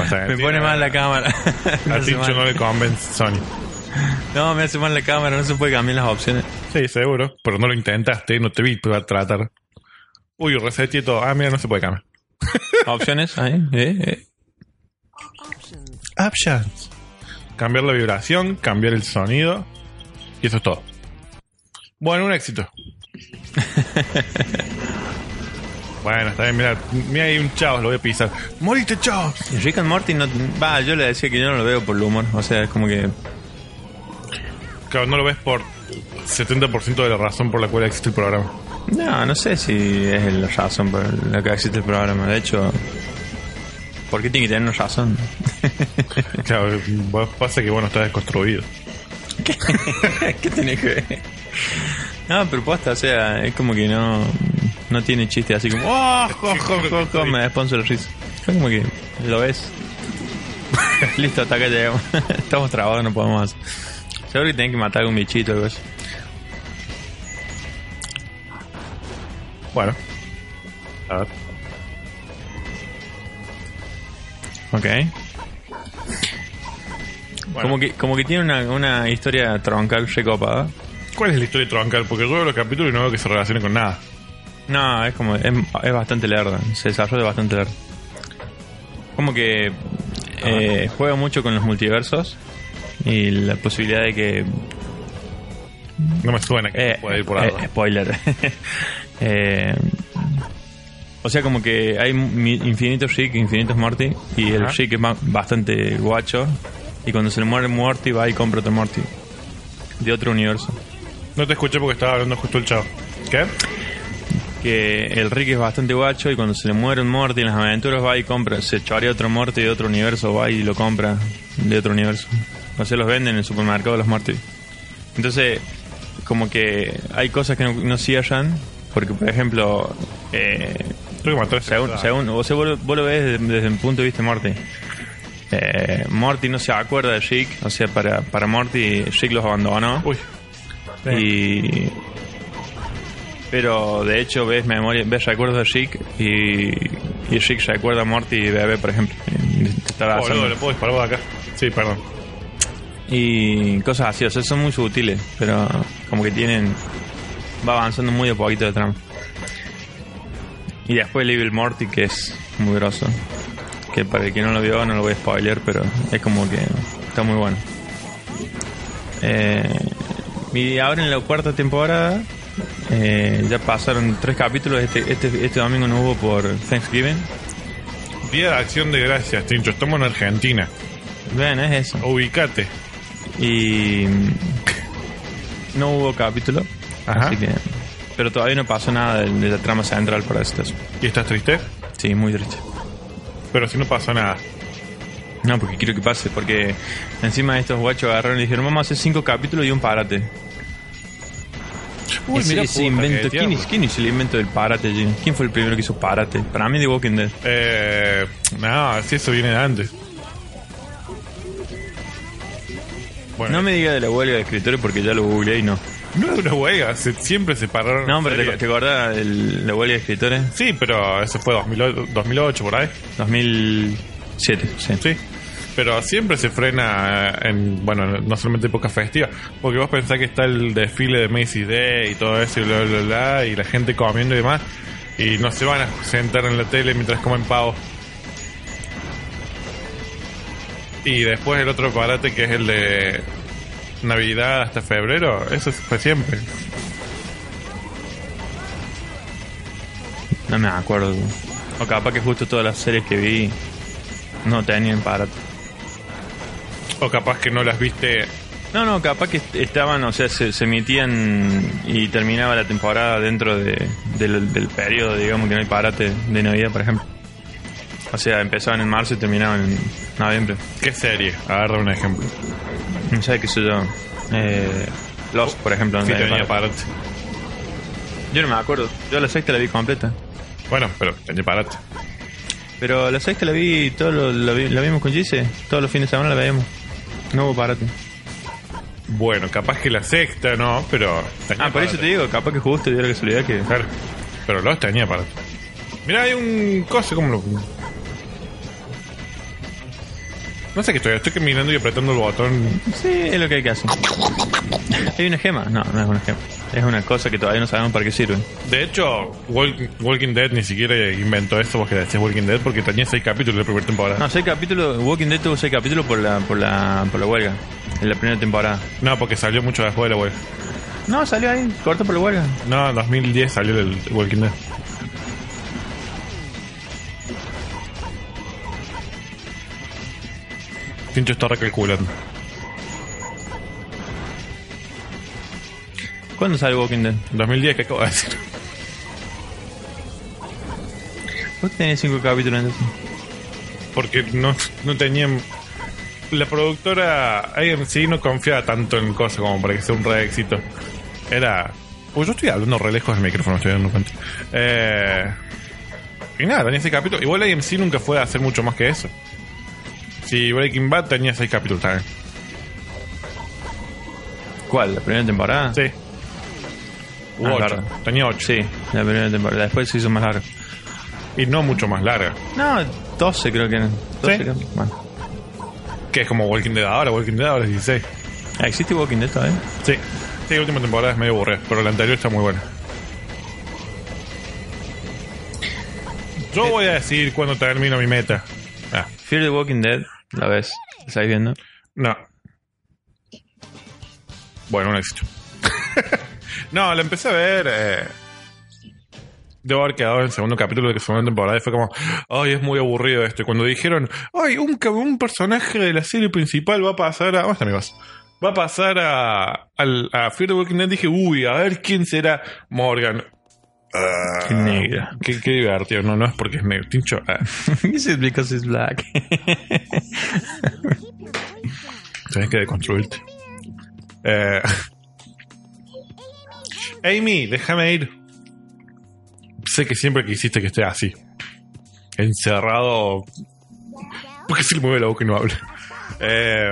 Speaker 1: O sea,
Speaker 2: Me pone mal la cámara. *laughs* Me
Speaker 1: A
Speaker 2: hace
Speaker 1: Tincho no
Speaker 2: mal.
Speaker 1: le convence Sony.
Speaker 2: No, me hace mal la cámara, no se puede cambiar las opciones.
Speaker 1: Sí, seguro. Pero no lo intentaste, no te vi para tratar. Uy, reseté todo. Ah, mira, no se puede cambiar.
Speaker 2: ¿Opciones? Ahí, eh, eh.
Speaker 1: Options. Cambiar la vibración, cambiar el sonido. Y eso es todo. Bueno, un
Speaker 2: *laughs*
Speaker 1: éxito. bueno, está bien, mira. Mira, hay un chao, lo voy a pisar. ¡Moriste, chao!
Speaker 2: Y Rick and Morty no. Va, yo le decía que yo no lo veo por el humor. O sea, es como que.
Speaker 1: Claro, no lo ves por 70% de la razón por la cual existe el programa.
Speaker 2: No, no sé si es la razón por la que existe el programa. De hecho, ¿por qué tiene que tener una razón? *laughs*
Speaker 1: Claro, vos- pasa que bueno, está desconstruido.
Speaker 2: ¿Qué tiene que ver? No, pero posta, o sea, es como que no. No tiene chiste así como. ¡Oh! Jo, jo, jo, jo", me desponzo el risa. Es como que. Lo ves. Listo, hasta acá llegamos. *laughs* Estamos trabados, no podemos hacer. Seguro que tienen que matar a algún bichito o algo así.
Speaker 1: Bueno. A ver.
Speaker 2: Ok.
Speaker 1: Bueno.
Speaker 2: Como, que, como que tiene una, una historia troncal recopada.
Speaker 1: ¿Cuál es la historia de Troncal? Porque yo veo los capítulos y no veo que se relacione con nada.
Speaker 2: No, es como. Es, es bastante lerda. Se desarrolla bastante lerda. Como que.
Speaker 1: Ah.
Speaker 2: eh, juega mucho con los multiversos. Y la posibilidad de que.
Speaker 1: No me suena que
Speaker 2: eh,
Speaker 1: se pueda ir por
Speaker 2: eh,
Speaker 1: algo.
Speaker 2: spoiler. *laughs* Eh, o sea, como que hay mi- infinitos Rick, infinitos Morty. Y el
Speaker 1: Ajá.
Speaker 2: Rick es ba- bastante guacho. Y cuando se le muere Morty, va y compra otro Morty. De otro universo.
Speaker 1: No te escuché porque estaba hablando justo el chavo. ¿Qué?
Speaker 2: que el Rick es bastante guacho y cuando se le muere un Morty en las aventuras va y compra, se chorea otro Morty de otro universo, va y lo compra de otro universo. O sea, los venden en el supermercado los Morty. Entonces, como que hay cosas que no, no cierran, porque por ejemplo, eh,
Speaker 1: Creo que mató a ese.
Speaker 2: según,
Speaker 1: Ah,
Speaker 2: según- o sea, vos, lo- vos lo ves desde, desde el punto de vista de Morty. Eh, Morty no se acuerda de Rick, o sea, para, para Morty, Rick los abandonó.
Speaker 1: Uy.
Speaker 2: Y... Pero de hecho ves memoria, ves recuerdos de Rick y, y Rick recuerda a Morty y Bebé, por ejemplo. Y te estará
Speaker 1: oh, Boludo,
Speaker 2: haciendo-
Speaker 1: le puedo disparar vos de acá. Sí, perdón.
Speaker 2: Y cosas así, o sea, son muy sutiles, pero como que tienen... Va avanzando muy de poquito de trama. Y después el Evil Morty, que es muy grosso. Que para el que no lo vio no lo voy a spoiler, pero es como que está muy bueno. Eh, y ahora en la cuarta temporada eh, ya pasaron tres capítulos. Este, este, este domingo no hubo por Thanksgiving.
Speaker 1: Día de acción de gracias, Tincho. Estamos en Argentina.
Speaker 2: Bueno, es eso.
Speaker 1: Ubicate.
Speaker 2: Y mm, no hubo capítulo.
Speaker 1: Ajá.
Speaker 2: Así que, pero todavía no pasó nada de, de la trama central para estos.
Speaker 1: ¿Y estás triste?
Speaker 2: Sí, muy triste.
Speaker 1: Pero si no pasó nada.
Speaker 2: No, porque quiero que pase, porque encima estos guachos agarraron y dijeron, vamos a hacer cinco capítulos y un parate.
Speaker 1: Uy,
Speaker 2: ese,
Speaker 1: mirá,
Speaker 2: ese
Speaker 1: puta,
Speaker 2: invento,
Speaker 1: qué
Speaker 2: ¿quién,
Speaker 1: tierno.
Speaker 2: hizo- quién hizo el invento del parate? Jim? ¿Quién fue el primero que hizo parate? Para mí The Walking Dead.
Speaker 1: Eh, no, si eso viene de antes. Bueno,
Speaker 2: No me diga de la huelga de escritores porque ya lo googleé y no.
Speaker 1: No era una huelga, se- siempre se pararon.
Speaker 2: No, pero te,
Speaker 1: series.
Speaker 2: te acordás el- la huelga de escritores
Speaker 1: Sí, pero eso fue 2008, 2008 por ahí.
Speaker 2: 2007, sí.
Speaker 1: Sí. Pero siempre se frena eh, en, bueno, no solamente épocas festivas, porque vos pensás que está el desfile de Macy's Day y todo eso y bla, bla, bla, y la gente comiendo y demás, y no se van a sentar en la tele mientras comen pavo. Y después el otro parate que es el de Navidad hasta febrero, eso fue siempre.
Speaker 2: No me acuerdo. O capaz que justo todas las series que vi no tenían para.
Speaker 1: O capaz que no las viste
Speaker 2: No, no, capaz que est- estaban, o sea, se, se emitían y terminaba la temporada dentro de- del, del periodo, digamos, que no hay parate de Navidad, por ejemplo. O sea, empezaban en marzo y terminaban en noviembre.
Speaker 1: qué serie, agarra un ejemplo.
Speaker 2: No sé qué sé yo. Eh, Lost, por ejemplo. no
Speaker 1: Sí,
Speaker 2: tenía
Speaker 1: tenía
Speaker 2: parate.
Speaker 1: parate.
Speaker 2: Yo no me acuerdo. Yo la sexta la vi completa.
Speaker 1: Bueno, pero tenía parate.
Speaker 2: Pero la sexta la vi, todo lo, lo vi- la vimos con Gise. Todos los fines de semana la veíamos. No hubo parate.
Speaker 1: Bueno, capaz que la sexta no, pero. tenía
Speaker 2: Ah, por eso
Speaker 1: parate.
Speaker 2: te digo, capaz que justo dio la casualidad que.
Speaker 1: Claro, pero los tenía para. Mirá, hay un coso como lo. No sé qué estoy, estoy mirando y apretando el botón.
Speaker 2: Sí, es lo que hay que hacer. ¿Hay una gema? No, no es una gema. Es una cosa que todavía no sabemos para qué sirve.
Speaker 1: De hecho, Walk- Walking Dead ni siquiera inventó eso, vos que decís Walking Dead, porque tenía seis capítulos de la primera temporada.
Speaker 2: No,
Speaker 1: No,
Speaker 2: seis capítulos. Walking Dead tuvo seis capítulos por la, por la, por la huelga. En la primera temporada.
Speaker 1: porque salió mucho después de la web.
Speaker 2: No, salió ahí, corto por la huelga.
Speaker 1: No, en 2010 salió el Walking Dead. Pincho está recalculando.
Speaker 2: ¿Cuándo salió Walking Dead?
Speaker 1: 2010, ¿qué acabo de decir? *laughs*
Speaker 2: ¿Vos tenés cinco capítulos entonces?
Speaker 1: porque no, no tenían. La productora AMC no confiaba tanto en cosas como para que sea un re éxito. Era. Uy, yo estoy hablando re lejos del micrófono, estoy dando cuenta. Eh, y nada, tenía seis capítulos. Igual AMC nunca fue a hacer mucho más que eso. Si Breaking Bad tenía seis capítulos también.
Speaker 2: ¿Cuál? ¿La primera temporada?
Speaker 1: Sí. U
Speaker 2: Ah,
Speaker 1: ocho.
Speaker 2: claro.
Speaker 1: Tenía ocho.
Speaker 2: Sí, la primera temporada. Después se hizo más largo.
Speaker 1: Y no mucho más larga.
Speaker 2: No, 12 creo que eran. 12
Speaker 1: Sí.
Speaker 2: creo. Bueno.
Speaker 1: Que es como Walking Dead ahora, Walking Dead ahora es 16.
Speaker 2: Ah, ¿Existe Walking Dead todavía?
Speaker 1: Sí. Sí, la última temporada es medio aburrida, pero la anterior está muy buena. Yo voy a decir cuando termino mi meta. Ah,
Speaker 2: Fear the Walking Dead, la ves. ¿La ¿Estáis viendo?
Speaker 1: no. Bueno, un éxito. *laughs* no, la empecé a ver. eh, Debo haber quedado en el segundo capítulo de la segunda temporada y fue como, ay, es muy aburrido esto. Y cuando dijeron, ay, un, cab- un personaje de la serie principal va a pasar a. ¿Dónde está mi vaso? Va a pasar a, al- a Fear the Walking Dead, dije, uy, a ver quién será Morgan. Ah,
Speaker 2: Qué negra. *laughs*
Speaker 1: Qué, qué divertido. No, no es porque es negro. Tincho. ah.
Speaker 2: This is because it's black. *laughs*
Speaker 3: Keep your voice down.
Speaker 1: Tenés que deconstruirte. Eh, *laughs* Amy, déjame ir. Sé que siempre quisiste que esté así. Encerrado. Porque se le mueve la boca y no habla. *laughs* Eh,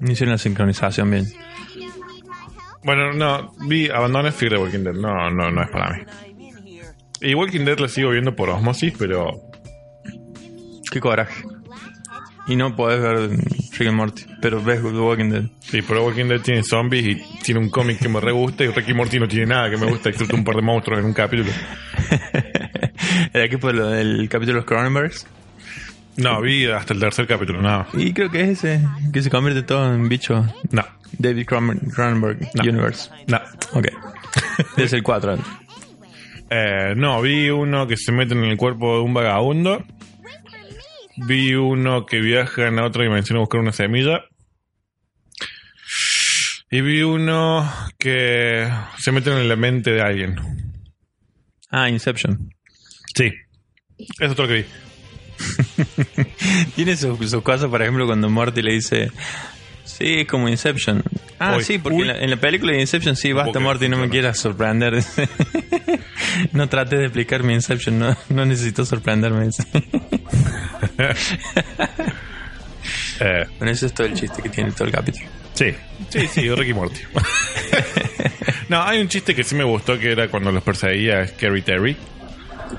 Speaker 2: No hicieron la sincronización bien.
Speaker 3: You don't need my help.
Speaker 1: bueno, no, vi, abandoné Fear the Walking Dead. No, no, no es para mí. Y Walking Dead la sigo viendo por osmosis, pero.
Speaker 2: Qué coraje.
Speaker 3: Black hedgehog.
Speaker 2: Y no podés ver Rick and Morty, pero ves The Walking *laughs* Dead.
Speaker 1: Sí, pero Walking Dead tiene zombies y tiene un cómic que me re gusta y Ricky Morty no tiene nada que me gusta, excepto un par de monstruos en un capítulo.
Speaker 2: El equipo de lo del capítulo de los Cronenbergs.
Speaker 1: No, vi hasta el tercer capítulo, nada.
Speaker 2: Y creo que es ese, que se convierte todo en bicho.
Speaker 1: No,
Speaker 2: David Cronen- Cronenberg
Speaker 1: No.
Speaker 2: Universe.
Speaker 1: no.
Speaker 2: Ok. *laughs* es el 4.
Speaker 1: Eh, no, vi uno que se mete en el cuerpo de un vagabundo.
Speaker 3: Wait for me.
Speaker 1: Vi uno que viaja en otra dimensión a buscar una semilla. Y vi uno que se mete en la mente de alguien.
Speaker 2: Ah, Inception.
Speaker 1: Sí. Eso es todo lo que vi.
Speaker 2: Tiene sus sus cosas, por ejemplo, cuando Morty le dice, sí, es como Inception. Ah,
Speaker 1: Uy,
Speaker 2: sí, porque
Speaker 1: uy.
Speaker 2: en la, en la película de Inception sí, basta
Speaker 1: puedo
Speaker 2: Morty,
Speaker 1: creer,
Speaker 2: no me
Speaker 1: no.
Speaker 2: quieras sorprender. *laughs* no trates de explicar mi Inception, no, no necesito sorprenderme.
Speaker 1: Eh,
Speaker 2: Bueno, eso es todo el chiste que tiene todo el capítulo.
Speaker 1: sí. Sí, sí, Ricky Morty. *laughs* No, hay un chiste que sí me gustó que era cuando los perseguía Scary Terry.
Speaker 2: *laughs*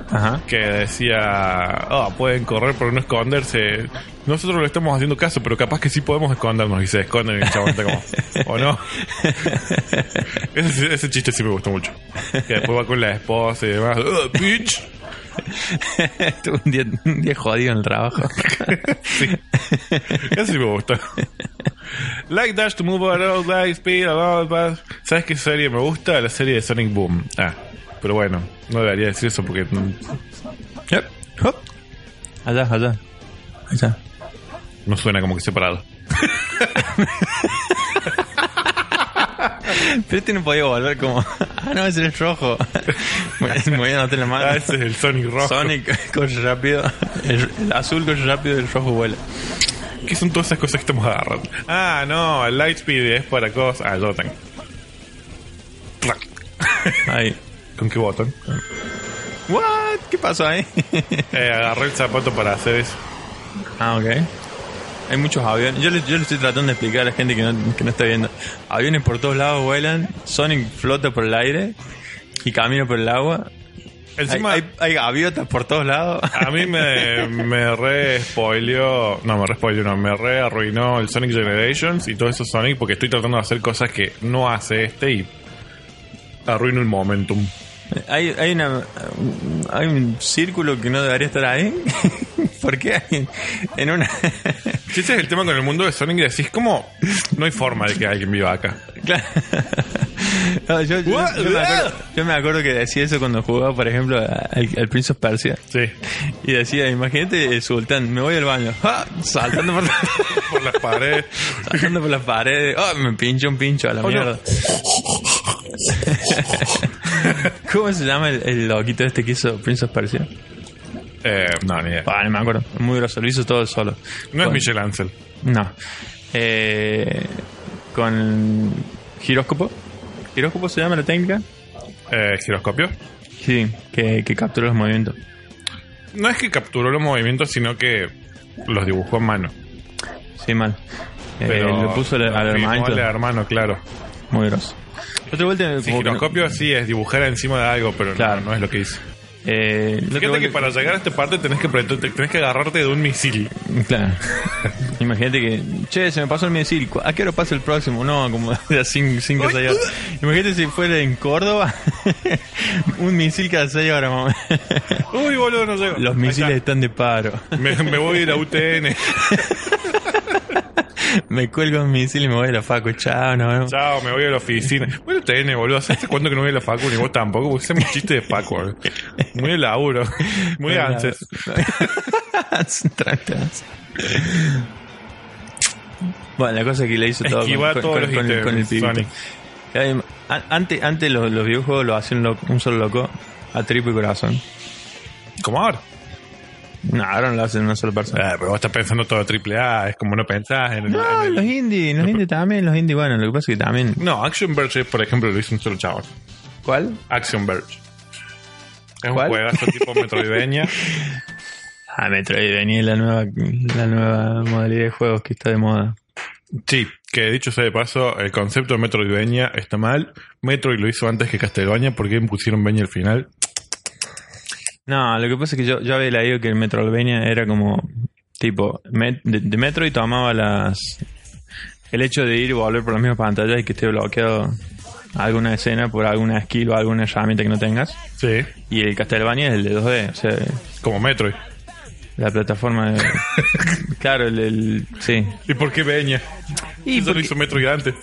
Speaker 2: Ajá.
Speaker 1: que decía, ah, pueden correr pero no esconderse. Nosotros le estamos haciendo caso, pero capaz que sí podemos escondernos y se esconden y el chabón está como, ¿o
Speaker 2: *laughs*
Speaker 1: no? Ese, ese chiste sí me gustó mucho. Que después va con la esposa y demás, "Ah, bitch.
Speaker 2: Tuve un día, un día jodido en el trabajo.
Speaker 1: Sí. Ese sí me gustó. Like Dash to Move Around, Like Speed, blah, blah, blah. ¿Sabes qué serie me gusta? La serie de Sonic Boom. Ah, pero bueno, no debería decir eso porque.
Speaker 2: Yep. Hop. *laughs* Allá, allá. Allá.
Speaker 1: No suena como que separado.
Speaker 2: Pero este no podía volver como. *laughs* Ah, no, ese es rojo. *laughs* Bueno, Me voy a anotar la mano.
Speaker 1: Ah, ese es el Sonic rojo.
Speaker 2: Sonic *laughs* corre rápido. El, el azul corre rápido y el rojo vuela.
Speaker 1: ¿Qué son todas esas cosas que estamos agarrando? Ah, no, el Lightspeed es para cosas. Ah, yo lo tengo. Trac.
Speaker 2: Ahí.
Speaker 1: ¿Con qué botón?
Speaker 2: ¿What? ¿Qué pasó ahí? *laughs*
Speaker 1: Eh, agarré el zapato para hacer eso.
Speaker 2: Ah, ok. Hay muchos aviones. Yo le, yo le estoy tratando de explicar a la gente que no, que no está viendo. Aviones por todos lados vuelan. Sonic flota por el aire y camina por el agua. Hay,
Speaker 1: Encima,
Speaker 2: hay- hay gaviotas por todos lados.
Speaker 1: a mí me, me re spoileó. No, me re spoileó, no. Me re arruinó el Sonic Generations y todo eso Sonic porque estoy tratando de hacer cosas que no hace este y arruino el momentum.
Speaker 2: *laughs* Hay, hay, una, hay un círculo que no debería estar ahí. *laughs* ¿Por qué? hay- En una. *laughs*
Speaker 1: Si ese es el tema con el mundo de Sonic, decís como no hay forma de que alguien viva acá.
Speaker 2: Claro. No, yo, yo- yo me acuerdo, yo me acuerdo que decía eso cuando jugaba, por ejemplo, a- al, al Prince of Persia.
Speaker 1: Sí.
Speaker 2: Y decía, imagínate, el sultán, me voy al baño. *laughs* ¡Ah! Saltando por,
Speaker 1: *laughs* Por las paredes.
Speaker 2: saltando por las paredes. ¡Ah! Me pincho un pincho a la
Speaker 1: Oh, no.
Speaker 2: mierda. ¿Cómo se llama el, el loquito este que hizo Prince of Persia?
Speaker 1: Eh, no, ni idea.
Speaker 2: Ah, no me acuerdo. Muy grosso, lo hizo todo solo.
Speaker 1: No es
Speaker 2: Con-
Speaker 1: Michel Ansel.
Speaker 2: No. Eh, con giróscopo. ¿Giróscopo se llama la técnica?
Speaker 1: Eh, giroscopio.
Speaker 2: Sí, que, que captura los movimientos.
Speaker 1: No es que capturó los movimientos, sino que los dibujó a mano.
Speaker 2: Sí, mal. Eh,
Speaker 1: Pero
Speaker 2: le puso al, al
Speaker 1: firmó
Speaker 2: hermanito.
Speaker 1: al hermano, claro.
Speaker 2: Muy grosso. La Otra vuelta,
Speaker 1: Sí,
Speaker 2: como que no-
Speaker 1: giroscopio sí es dibujar encima de algo, pero no-
Speaker 2: Claro.
Speaker 1: no, es lo que hizo.
Speaker 2: eh, la otra
Speaker 1: Fíjate que
Speaker 2: vuelta-
Speaker 1: para llegar a esta parte tenés que apretarte- tenés que agarrarte de un misil.
Speaker 2: Claro. *laughs* Imagínate que, che, se me pasó el misil. ¿Cu- ¿A qué hora pasa el próximo? No, como *laughs* de 5 o 6 horas. Imagínate si fuera en Córdoba. *laughs* un misil cada 6 horas, mamá. *laughs*
Speaker 1: Uy, boludo, no llego.
Speaker 2: Los
Speaker 1: Ahí
Speaker 2: misiles
Speaker 1: está.
Speaker 2: están de paro. *laughs*
Speaker 1: Me, me voy a ir a UTN.
Speaker 2: Me cuelgo un misil y me voy a la facu. Chao, nos vemos.
Speaker 1: Chao, me voy a la oficina. Voy a UTN, boludo. ¿Hace cuánto que no voy a la facu? Ni vos tampoco, porque ese es mi chiste de facu. boludo. Muy de laburo. Muy de antes.
Speaker 2: Trantas. *laughs* Bueno, la cosa es que le hizo todo
Speaker 1: Esquiva
Speaker 2: con,
Speaker 1: todos
Speaker 2: con-
Speaker 1: los
Speaker 2: con- con el- con el
Speaker 1: ítems,
Speaker 2: pibito.
Speaker 1: Sonic.
Speaker 2: Eh, an- Antes, antes los, los videojuegos lo hacían lo- un solo loco a triple corazón.
Speaker 1: ¿Cómo ahora?
Speaker 2: No, ahora no lo hacen una sola persona.
Speaker 1: Ah, pero vos estás pensando todo triple A, es como no pensás en el.
Speaker 2: No,
Speaker 1: Eh, en el-
Speaker 2: los indie, los indie también, los indie, bueno, lo que pasa es que también.
Speaker 1: No, Action Verge, por ejemplo, lo hizo un solo chabón.
Speaker 2: ¿Cuál?
Speaker 1: Action Verge. Es un
Speaker 2: ¿Cuál?
Speaker 1: juegazo
Speaker 2: *laughs*
Speaker 1: tipo metroidvania.
Speaker 2: Ah, Metroidvania, la nueva, la nueva modalidad de juegos que está de moda.
Speaker 1: sí, que dicho sea de paso, el concepto de metroidvania está mal. Metroid lo hizo antes que Castlevania porque pusieron Venia al final.
Speaker 2: No, lo que pasa es que yo, yo había leído que el Metroidvania era como tipo Met- de, de Metroid tomaba las el hecho de ir y volver por las mismas pantallas y que esté bloqueado alguna escena por alguna skill o alguna herramienta que no tengas.
Speaker 1: Sí.
Speaker 2: Y el Castlevania es el de 2D, o sea,
Speaker 1: Como Metroid. *laughs*
Speaker 2: la plataforma de... claro, el, el- sí.
Speaker 1: ¿Y por qué Venia?
Speaker 2: Y
Speaker 1: Eso
Speaker 2: porque- Mm,
Speaker 1: lo hizo Metroid antes.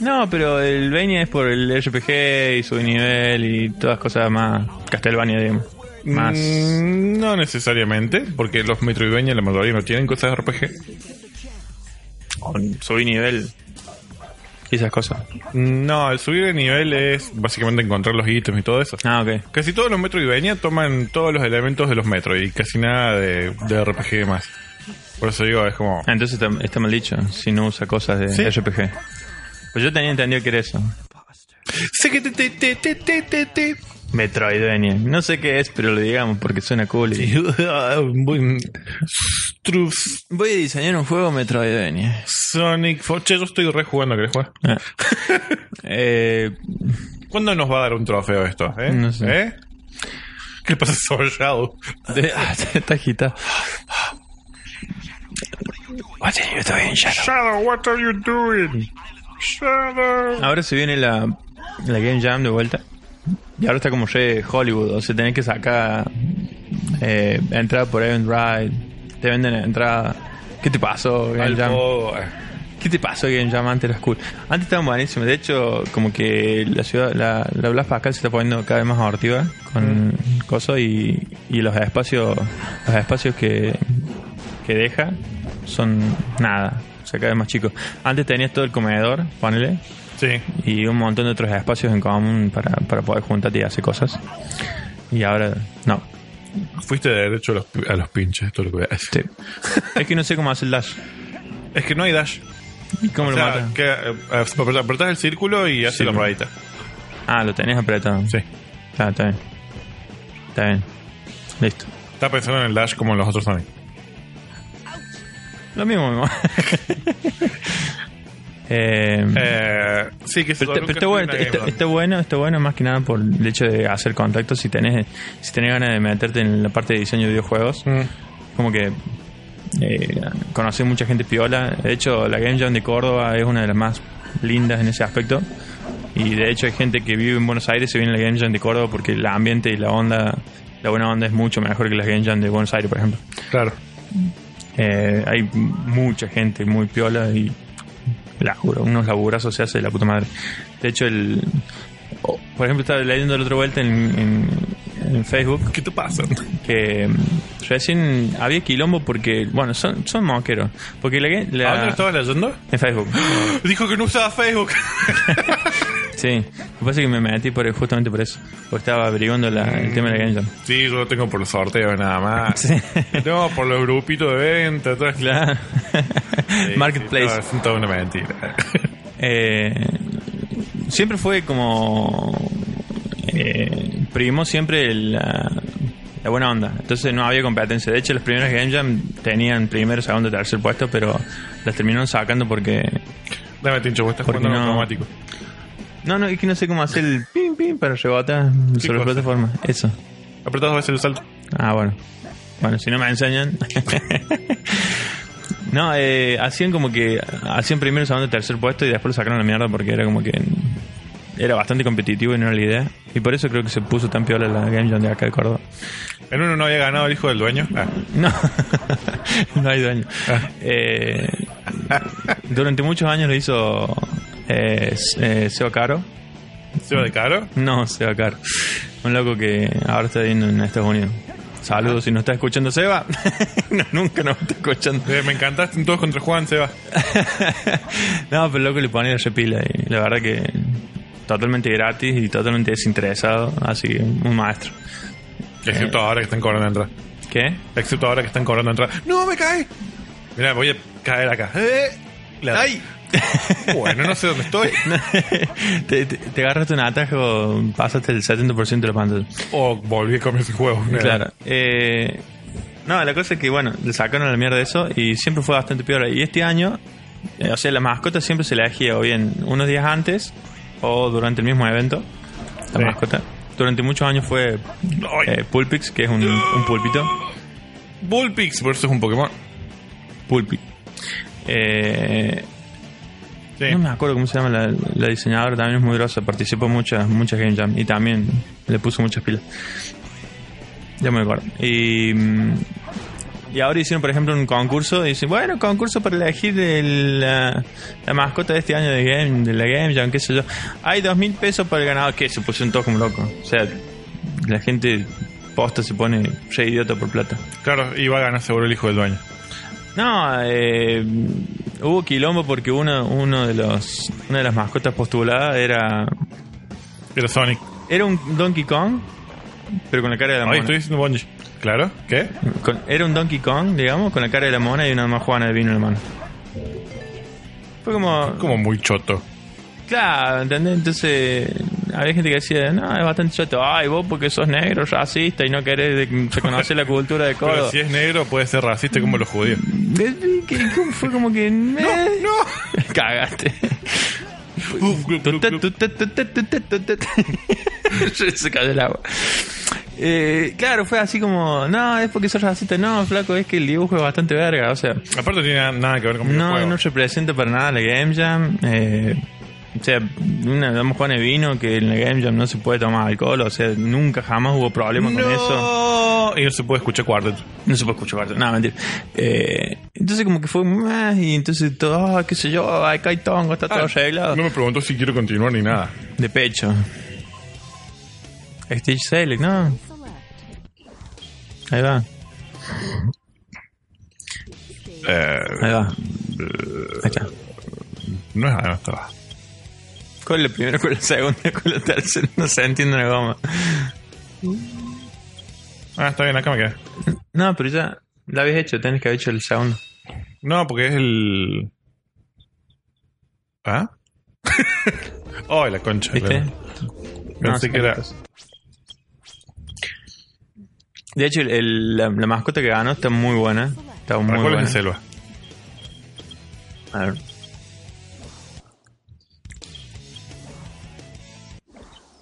Speaker 2: No, pero el Venia es por el RPG y su nivel y todas cosas más Castlevania, digamos. Más...
Speaker 1: Mm, no necesariamente, porque los metroidvania la mayoría no tienen cosas de RPG.
Speaker 2: con su nivel y esas cosas. Mm.
Speaker 1: No, el subir de nivel es básicamente encontrar los ítems y todo eso.
Speaker 2: Ah, ok.
Speaker 1: Casi todos los Metroidvania toman todos los elementos de los Metro y casi nada de, de RPG y demás. Por eso digo, es como.
Speaker 2: Ah, Entonces está, está mal dicho, si no usa cosas de
Speaker 1: Sí.
Speaker 2: RPG. Pues yo tenía entendido que era eso.
Speaker 1: Sé que te- te- te- te- te- te- te.
Speaker 2: Metroidvania. No sé qué es, pero lo digamos porque suena cool. y-
Speaker 1: ah, Buen- Struz-
Speaker 2: Voy a diseñar un juego Metroidvania. *laughs*
Speaker 1: Sonic Fo- Che, yo estoy rejugando, ¿querés jugar?
Speaker 2: Ah. Eh,
Speaker 1: ¿Cuándo nos va a dar un trofeo esto? ¿Eh?
Speaker 2: No sé.
Speaker 1: ¿Eh? ¿Qué pasa, Soul Shadow?
Speaker 2: De- *laughs* ah, está agitado. Oye, yo estoy en Shadow.
Speaker 1: Shadow, what are you doing? Shadow.
Speaker 2: Ahora se viene la, la Game Jam de vuelta. Y ahora está como re Hollywood. O sea, tenés que sacar eh, entrada por Event Ride. Te venden entrada. ¿Qué te pasó, Game
Speaker 1: Al
Speaker 2: Jam?
Speaker 1: podo.
Speaker 2: ¿Qué te pasó, Game Jam? Antes era cool. Antes estaban buenísimos. De hecho, como que la ciudad, la, la Blas Pascal se está poniendo cada vez más abortiva con cosas y, y los espacios los espacios que, que deja son nada. O sea, cada vez más chicos. Antes tenías todo el comedor, ponele,
Speaker 1: Sí.
Speaker 2: y un montón de otros espacios en común para, para poder juntarte y hacer cosas. Y ahora, no.
Speaker 1: Fuiste de derecho a los, a los pinches, esto es lo que voy a *laughs* decir.
Speaker 2: Sí. es que no sé cómo hacer el dash.
Speaker 1: Es que no hay dash.
Speaker 2: ¿Y cómo
Speaker 1: O
Speaker 2: lo
Speaker 1: sea,
Speaker 2: matas?
Speaker 1: que, eh, apre- apretás el círculo y hace
Speaker 2: Sí.
Speaker 1: la rodadita.
Speaker 2: Ah, lo tenés apretado.
Speaker 1: Sí.
Speaker 2: Ah, está bien. Está bien. Listo.
Speaker 1: Está pensando en el dash como en los otros Sonic.
Speaker 2: Lo mismo, *laughs* mismo. eh,
Speaker 1: Eh, sí, que se
Speaker 2: pero, está- pero está,
Speaker 1: nunca
Speaker 2: bueno,
Speaker 1: tuve una
Speaker 2: está,
Speaker 1: Game
Speaker 2: está bueno, está bueno más que nada por el hecho de hacer contactos si tenés, si tenés ganas de meterte en la parte de diseño de videojuegos.
Speaker 1: Boy. Mm.
Speaker 2: como que eh, conocí mucha gente piola. De hecho, la Game Jam de Córdoba es una de las más lindas en ese aspecto. Y de hecho hay gente que vive en Buenos Aires y se viene a la Game Jam de Córdoba porque el ambiente y la onda, la buena onda es mucho mejor que la Game Jam de Buenos Aires, por ejemplo.
Speaker 1: Claro.
Speaker 2: Eh, hay m- mucha gente muy piola y laburo, unos laburazos se hace de la puta madre. De hecho, el... oh, por ejemplo, estaba leyendo la otra vuelta en- en- en Facebook
Speaker 1: ¿Qué te pasa?
Speaker 2: que mm, recién había quilombo porque, bueno, son, son moqueros. Porque la, la-
Speaker 1: ¿A dónde lo estabas
Speaker 2: *gasps*
Speaker 1: leyendo? *gasps*
Speaker 2: En Facebook.
Speaker 1: Dijo que no usaba Facebook.
Speaker 2: Sí. Lo que pasa es que me metí por, justamente por eso. Porque estaba averiguando la- el tema de la Game Jam.
Speaker 1: Sí, yo lo tengo por los sorteos nada más. *laughs*
Speaker 2: Sí.
Speaker 1: Lo tengo por los grupitos de venta.
Speaker 2: *laughs*
Speaker 1: Todo.
Speaker 2: Claro.
Speaker 1: Sí, sí,
Speaker 2: Marketplace.
Speaker 1: no, es toda una mentira. *laughs*
Speaker 2: Eh, siempre fue como. Eh, primó siempre la, la buena onda. Entonces no había competencia. De hecho, los primeros Game Jam tenían primero, segundo, tercer puesto, pero las terminaron sacando porque
Speaker 1: Dame, Tincho, vos estás
Speaker 2: ¿Por qué
Speaker 1: jugando en
Speaker 2: no?
Speaker 1: automático.
Speaker 2: No, no, es que no sé cómo hacer el pim pim para rebotar sobre
Speaker 1: cosa?
Speaker 2: la plataforma. Eso.
Speaker 1: Apretás dos veces el salto.
Speaker 2: Ah, bueno. Bueno, si no me enseñan. *laughs* no, eh, hacían como que. Hacían primero, segundo, tercer puesto y después lo sacaron a la mierda porque era como que. Era bastante competitivo y no era la idea. Y por eso creo que se puso tan piola la Game Jam de acá de Córdoba.
Speaker 1: En uno no había ganado el hijo del dueño. Ah,
Speaker 2: No, *laughs* no hay dueño. Eh, durante muchos años lo hizo eh, eh, Seba Caro.
Speaker 1: ¿Se va de caro?
Speaker 2: *laughs* No, Seba Caro. Un loco que ahora está viviendo en Estados Unidos. Saludos, si nos está escuchando Seba. *laughs* No, nunca nos está escuchando. *laughs*
Speaker 1: Eh, me encantaste en todos contra Juan, Seba.
Speaker 2: No, pero el loco le pone repila y la verdad que totalmente gratis y totalmente desinteresado. Así que un maestro. Eh.
Speaker 1: Excepto ahora que están cobrando entrada.
Speaker 2: ¿Qué? *laughs*
Speaker 1: Excepto ahora que están cobrando entrada. ¡No, me cae! Mira, voy a caer acá. ¡Eh! Le-
Speaker 2: ¡Ay!
Speaker 1: *laughs* Bueno, no sé dónde estoy.
Speaker 2: te, te- te agarraste un atajo, pasaste el 70% de la pantalla.
Speaker 1: O volví a comer ese juego. Mira.
Speaker 2: Claro. Eh, no, la cosa es que, bueno, le sacaron a la mierda eso y siempre fue bastante peor. Y este año, eh, o sea, la mascota siempre se la elegía o bien unos días antes o durante el mismo evento. La
Speaker 1: Sí.
Speaker 2: mascota. Durante muchos años fue
Speaker 1: Ay.
Speaker 2: eh, Pulpix, que es un, un pulpito.
Speaker 1: Bullpix versus un Pokémon.
Speaker 2: Pulpix. Eh,
Speaker 1: Sí.
Speaker 2: No me acuerdo cómo se llama la, la diseñadora, también es muy grosa, participó en muchas, muchas Game Jam y también le puso muchas pilas. Ya me acuerdo. Y, mm, y ahora hicieron, por ejemplo, un concurso y dicen, bueno, concurso para elegir el, la, la mascota de este año de, game, de la Game Jam, qué sé yo. Hay dos mil pesos para el ganador, que se pusieron todos como locos. O sea, la gente posta se pone re idiota por plata.
Speaker 1: Claro, iba a ganar seguro el hijo del dueño.
Speaker 2: No, eh, hubo quilombo porque uno, uno de los, una de las mascotas postuladas era,
Speaker 1: Era Sonic.
Speaker 2: era un Donkey Kong, pero con la cara de la
Speaker 1: Ay,
Speaker 2: mona.
Speaker 1: estoy diciendo Bungie. Claro, ¿qué?
Speaker 2: Con- era un Donkey Kong, digamos, con la cara de la mona y una majuana de vino en la mano. Fue como,
Speaker 1: Como muy choto.
Speaker 2: claro, ¿entendés? Entonces, había gente que decía, no, es bastante chato. Ay, vos porque sos negro, racista y no querés de- reconocer la cultura de
Speaker 1: *laughs* Pero
Speaker 2: Córdoba.
Speaker 1: si es negro puede ser racista como los judíos.
Speaker 2: *laughs* Que- que- Fue como que... No,
Speaker 1: ¡No!
Speaker 2: Cagaste. Se cayó el agua. Eh, claro, fue así como, no, es porque sos racista. No, flaco, es que el dibujo es bastante verga. O sea,
Speaker 1: Aparte no tiene nada que ver con
Speaker 2: no,
Speaker 1: videojuegos.
Speaker 2: no representa para nada la Game Jam. Eh, o sea, una, damos Juan de vino que en la Game Jam no se puede tomar alcohol. O sea, nunca jamás hubo problema con eso.
Speaker 1: No, Y no se puede escuchar Quartet.
Speaker 2: No se puede escuchar Barton, nada, mentira. Eh, entonces como que fue más y entonces todo, ah, qué sé yo, acá hay tongo, está todo arreglado.
Speaker 1: Ah. No me preguntó si quiero continuar ni nada.
Speaker 2: De pecho. Stage Select, ¿no? Ahí va,
Speaker 1: Eh,
Speaker 2: ahí va. Ahí está.
Speaker 1: no es nada, está.
Speaker 2: ¿Cuál es la primera, cuál es la segunda, cuál es la tercera? No se entiende una goma.
Speaker 1: Ah, está bien, acá me quedé.
Speaker 2: No, pero ya la habías hecho, tenés que haber hecho el segundo.
Speaker 1: No, porque es el.
Speaker 2: *laughs*
Speaker 1: ¿Ah? oh, la concha.
Speaker 2: ¿Viste?
Speaker 1: claro. Pensé
Speaker 2: sí,
Speaker 1: que era.
Speaker 2: entonces. De hecho, el- el- la, la mascota que ganó está muy buena. Está muy
Speaker 1: ¿Para cuál
Speaker 2: buena.
Speaker 1: es el selva?
Speaker 2: A ver.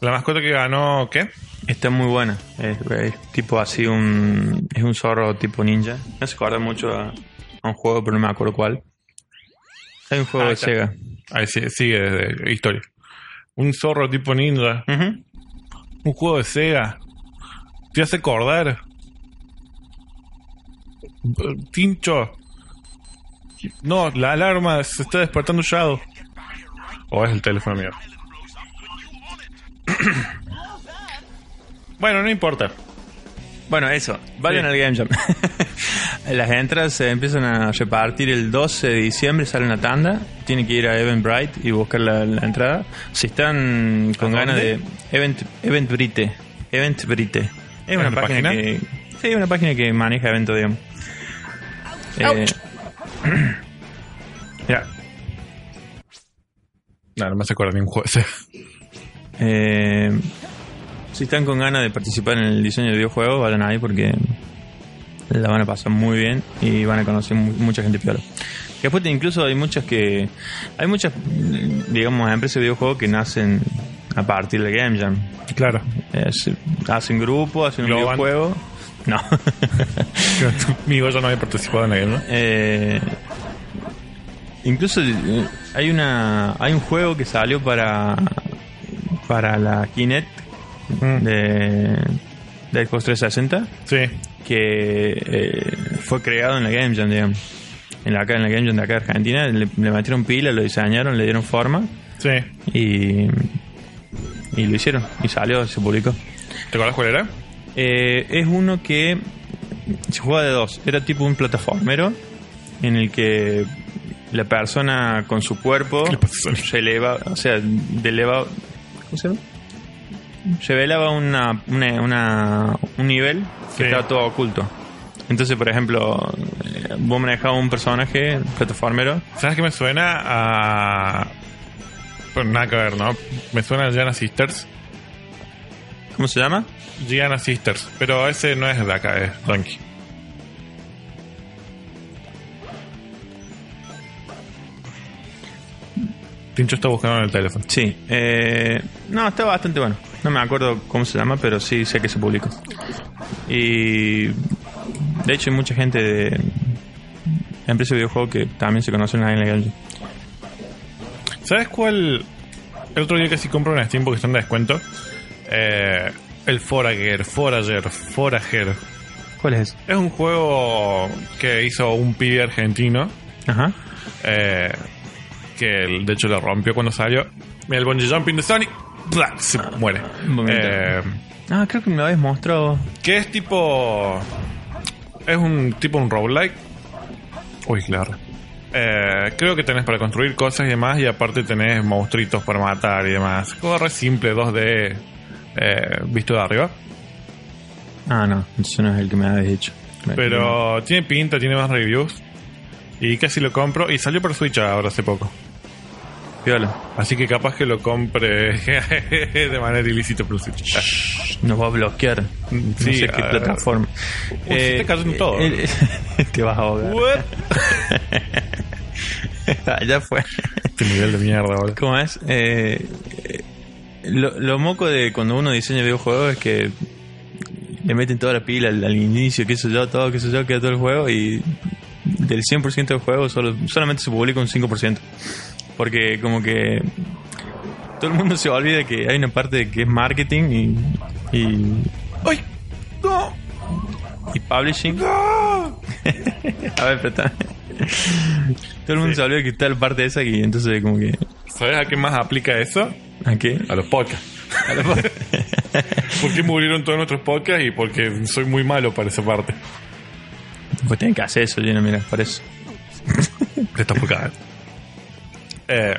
Speaker 1: La mascota que ganó, ¿qué?
Speaker 2: Está muy buena. Es, es tipo así un... Es un zorro tipo ninja. No se acuerda mucho a, a un juego, pero no me acuerdo cuál. Hay un juego
Speaker 1: Ah,
Speaker 2: de
Speaker 1: está.
Speaker 2: Sega.
Speaker 1: Ahí sí- sigue desde eh, historia. Un zorro tipo ninja.
Speaker 2: Ujú.
Speaker 1: Un juego de Sega. Te hace acordar. B- Tincho. No, la alarma se está despertando Shadow. O es el teléfono mío. bueno, no importa.
Speaker 2: Bueno, eso. Vayan
Speaker 1: Sí.
Speaker 2: al Game Jam. *laughs* Las entradas se empiezan a repartir el 12 de diciembre, sale una tanda. Tienen que ir a Eventbrite y buscar la, la entrada. Si están con
Speaker 1: ¿A
Speaker 2: ganas
Speaker 1: dónde?
Speaker 2: de Event, Eventbrite. Eventbrite. Es una
Speaker 1: una
Speaker 2: página,
Speaker 1: página?
Speaker 2: que... Sí, una página que maneja eventos, digamos. Eh,
Speaker 1: Ya. No, no me hace acordar ni un juego de Sega.
Speaker 2: Eh, si están con ganas de participar en el diseño de videojuegos, vayan ahí porque la van a pasar muy bien y van a conocer mu- mucha gente peor. Después te- incluso hay muchas que... Hay muchas, digamos, empresas de videojuegos que nacen a partir de Game Jam.
Speaker 1: Claro.
Speaker 2: Es- hacen grupo, hacen un
Speaker 1: Globan.
Speaker 2: videojuego. No. *laughs*
Speaker 1: Mi yo no había participado en la guerra.
Speaker 2: Eh, incluso eh, hay una hay un juego que salió para para la Kinect
Speaker 1: Mm.
Speaker 2: de, de Xbox 360
Speaker 1: Sí.
Speaker 2: que eh, fue creado en la Game Jam, digamos. En la, acá- en la Game Jam de acá de Argentina le, le metieron pila, lo diseñaron, le dieron forma
Speaker 1: Sí.
Speaker 2: y, y lo hicieron. Y salió, se publicó.
Speaker 1: ¿Te acuerdas cuál era?
Speaker 2: Eh, es uno que se juega de dos. Era tipo un plataformero en el que la persona con su cuerpo
Speaker 1: Le pasa sonido.
Speaker 2: se eleva, o sea, de eleva, ¿cómo se llama? Se velaba una, una- una- un nivel que
Speaker 1: Sí.
Speaker 2: estaba todo oculto. Entonces, por ejemplo, eh, vos manejabas un personaje, plataformero,
Speaker 1: ¿Sabes qué me suena a. Bueno, nada que ver, ¿no? Me suena a Gianna Sisters.
Speaker 2: ¿cómo se llama?
Speaker 1: Gianna Sisters. Pero ese no es de acá, es Donkey. Tincho está buscando en el teléfono.
Speaker 2: Sí. eh, no, está bastante bueno. No me acuerdo cómo se llama, pero sí sé que se publicó. Y de hecho hay mucha gente de empresa de videojuegos que también se conocen ahí en la calle.
Speaker 1: ¿Sabes cuál? El otro día casi compro en Steam porque están de descuento. Eh, el Forager, Forager, Forager.
Speaker 2: ¿Cuál es?
Speaker 1: Es un juego que hizo un pibe argentino.
Speaker 2: Ajá.
Speaker 1: eh, que él, de hecho lo rompió cuando salió. El bungee jumping de Sonic. ¡bla! Se muere.
Speaker 2: un momento.
Speaker 1: Eh,
Speaker 2: Ah, creo que me lo habéis mostrado.
Speaker 1: que es tipo. Es un tipo un roguelike. Uy, claro. Eh, creo que tenés para construir cosas y demás. Y aparte tenés monstruitos para matar y demás. Juego re simple, 2D. eh, visto de arriba.
Speaker 2: Ah, no, ese no es el que me habéis dicho.
Speaker 1: Pero tiene pinta, tiene más reviews. Y casi lo compro. Y salió para Switch ahora hace poco.
Speaker 2: Piola,
Speaker 1: Así que capaz que lo compre *laughs* de manera ilícita por Switch.
Speaker 2: nos va a bloquear. no
Speaker 1: sí,
Speaker 2: sé qué
Speaker 1: ah.
Speaker 2: plataforma. *laughs*
Speaker 1: se está cayendo todo.
Speaker 2: eh, te vas a ahogar.
Speaker 1: What?
Speaker 2: Allá fue.
Speaker 1: Qué nivel de mierda, boludo.
Speaker 2: ¿Cómo es? Eh, eh, lo, lo moco de cuando uno diseña videojuegos es que le meten toda la pila al, al inicio, qué sé yo, todo, qué sé yo, queda todo el juego y del 100% del juego solo, solamente se publica un 5%. Porque como que todo el mundo se olvida que hay una parte que es marketing y, y,
Speaker 1: ¡Ay! ¡No!
Speaker 2: y publishing.
Speaker 1: ¡No!
Speaker 2: *laughs* A ver, pero está- Todo el mundo se olvida que está la parte esa y entonces como que...
Speaker 1: ¿Sabes a qué más aplica eso?
Speaker 2: ¿A qué?
Speaker 1: A los podcasts. *laughs* ¿Por qué murieron todos nuestros podcasts? Y porque soy muy malo para esa parte.
Speaker 2: Pues tienen que hacer eso, Gino, mira, por eso. *laughs*
Speaker 1: Te estás por cagar. Eh,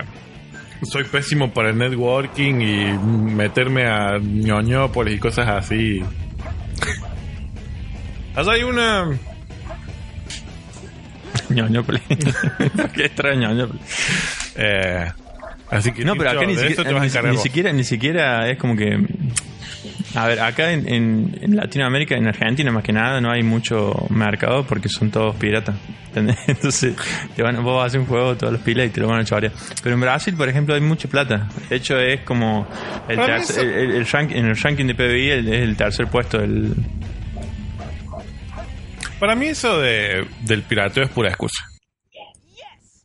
Speaker 1: soy pésimo para el networking y meterme a ñoñópolis y cosas así. Allá hay una.
Speaker 2: Ñoñópolis.
Speaker 1: *laughs*
Speaker 2: Qué extraño, Ñoñópolis.
Speaker 1: eh, así que.
Speaker 2: No, pero acá
Speaker 1: Tincho,
Speaker 2: ni
Speaker 1: de eso te vas a
Speaker 2: siquiera,
Speaker 1: encargar
Speaker 2: ni, ni
Speaker 1: vos.
Speaker 2: siquiera, ni siquiera es como que... A ver, acá en, en- en Latinoamérica, en Argentina más que nada, no hay mucho mercado porque son todos piratas. ¿entendés? *laughs* Entonces, te van, vos vas a hacer un juego, todas las pilas y te lo van a chorear. Pero en Brasil, por ejemplo, hay mucha plata. De hecho, es como... El
Speaker 1: Para mí
Speaker 2: tercer-
Speaker 1: eso-
Speaker 2: el- el- el rank- en el ranking de PBI el- es el tercer puesto del...
Speaker 1: Para mí, eso de, del pirateo es pura excusa.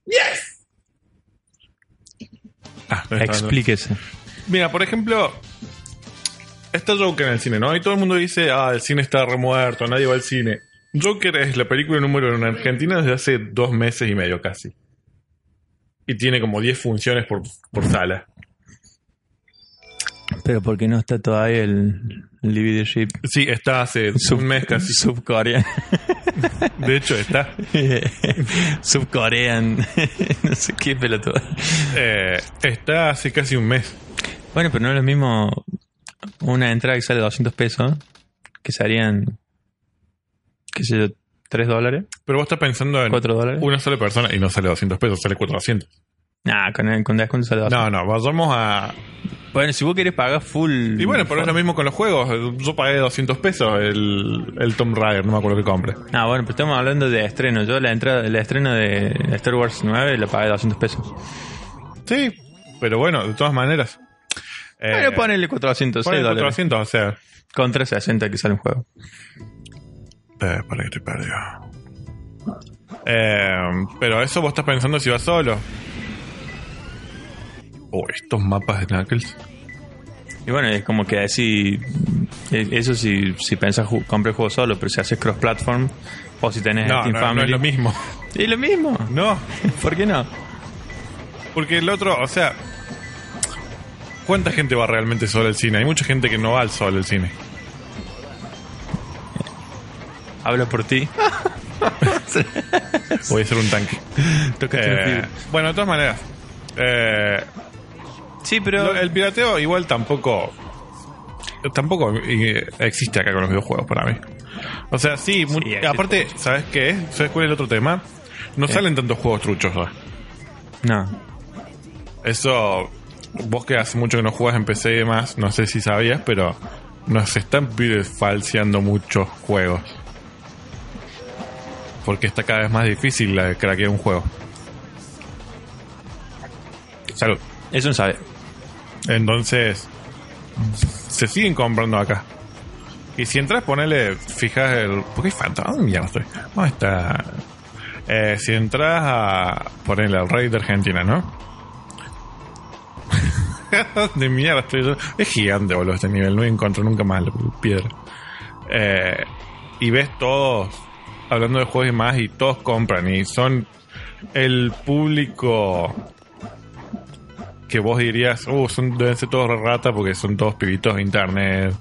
Speaker 1: ¡Yes! Ah, no está dando-
Speaker 2: Explíquese.
Speaker 1: Mira, por ejemplo, está Joker en el cine, ¿no? Y todo el mundo dice, ah, el cine está remuerto, nadie va al cine. Joker es la película número uno en Argentina desde hace dos meses y medio casi. Y tiene como 10 funciones por, por sala.
Speaker 2: Pero porque no está todavía el, el DVD ship
Speaker 1: Sí, está hace
Speaker 2: Sub-
Speaker 1: un mes casi.
Speaker 2: subcoreano.
Speaker 1: De hecho, está.
Speaker 2: *laughs* Subcorean. *laughs* no sé qué pelotudo.
Speaker 1: Eh, está hace casi un mes.
Speaker 2: Bueno, pero no es lo mismo una entrada que sale 200 pesos, que serían, qué sé yo, 3 dólares,
Speaker 1: Pero vos estás pensando en
Speaker 2: 4 dólares.
Speaker 1: una sola persona y no sale 200 pesos, sale 400.
Speaker 2: Nah, con, el- con descuento sale 200.
Speaker 1: No, no, vayamos a...
Speaker 2: Bueno, si vos querés pagar full...
Speaker 1: Y bueno, pero es lo mismo con los juegos. Yo pagué 200 pesos el, el Tomb Raider, no me acuerdo qué compré.
Speaker 2: Ah, bueno, pero estamos hablando de estreno. Yo la entrada, el estreno de Star Wars 9 la pagué 200 pesos.
Speaker 1: Sí, pero bueno, de todas maneras. Eh,
Speaker 2: bueno, ponele 400,
Speaker 1: ponele
Speaker 2: 6 dólares.
Speaker 1: 400, o sea.
Speaker 2: Con 360 que sale un juego.
Speaker 1: eh, para que te perdió. Eh, pero eso vos estás pensando si vas solo. Oh, estos mapas de Knuckles.
Speaker 2: Y bueno, es como que así. eh, Eso si, si pensas ju- comprar el juego solo, pero si haces cross-platform o si tenés
Speaker 1: No,
Speaker 2: Steam
Speaker 1: no, no
Speaker 2: Eh, Family.
Speaker 1: es lo mismo.
Speaker 2: Y lo mismo.
Speaker 1: No,
Speaker 2: *laughs* ¿Por qué no?
Speaker 1: porque el otro, o sea. ¿Cuánta gente va realmente sola al cine? Hay mucha gente que no va al solo al cine.
Speaker 2: Hablo por ti.
Speaker 1: Ah, Voy a ser un
Speaker 2: *laughs*
Speaker 1: tanque.
Speaker 2: Tocaste una
Speaker 1: Eh,
Speaker 2: fibra.
Speaker 1: bueno, de todas maneras. Eh,
Speaker 2: Sí, pero.
Speaker 1: Lo- el pirateo igual tampoco tampoco eh, existe acá con los videojuegos para mí. O sea, sí, mu-
Speaker 2: existe
Speaker 1: aparte, ¿sabes qué es? ¿Sabes cuál es el otro tema? No salen tantos juegos truchos. ¿no?
Speaker 2: No.
Speaker 1: Eso, vos que hace mucho que no juegas en PC y demás, no sé si sabías, pero nos están pide- falseando muchos juegos. Porque está cada vez más difícil la de craquear un juego. Salud.
Speaker 2: Eso no sabe.
Speaker 1: Entonces, se siguen comprando acá. Y si entras, ponele, fijas el. ¿Por qué hay fantasma? ¿Dónde mierda estoy? ¿Dónde está? Eh, si entras a. Ponele al rey de Argentina, ¿no? *laughs* de mierda estoy yo? Es gigante, boludo, este nivel. No encuentro nunca más la piedra. Eh, y ves todos hablando de juegos y más, y todos compran. Y son el público que vos dirías, uh, son, deben ser todos re ratas porque son todos pibitos de internet.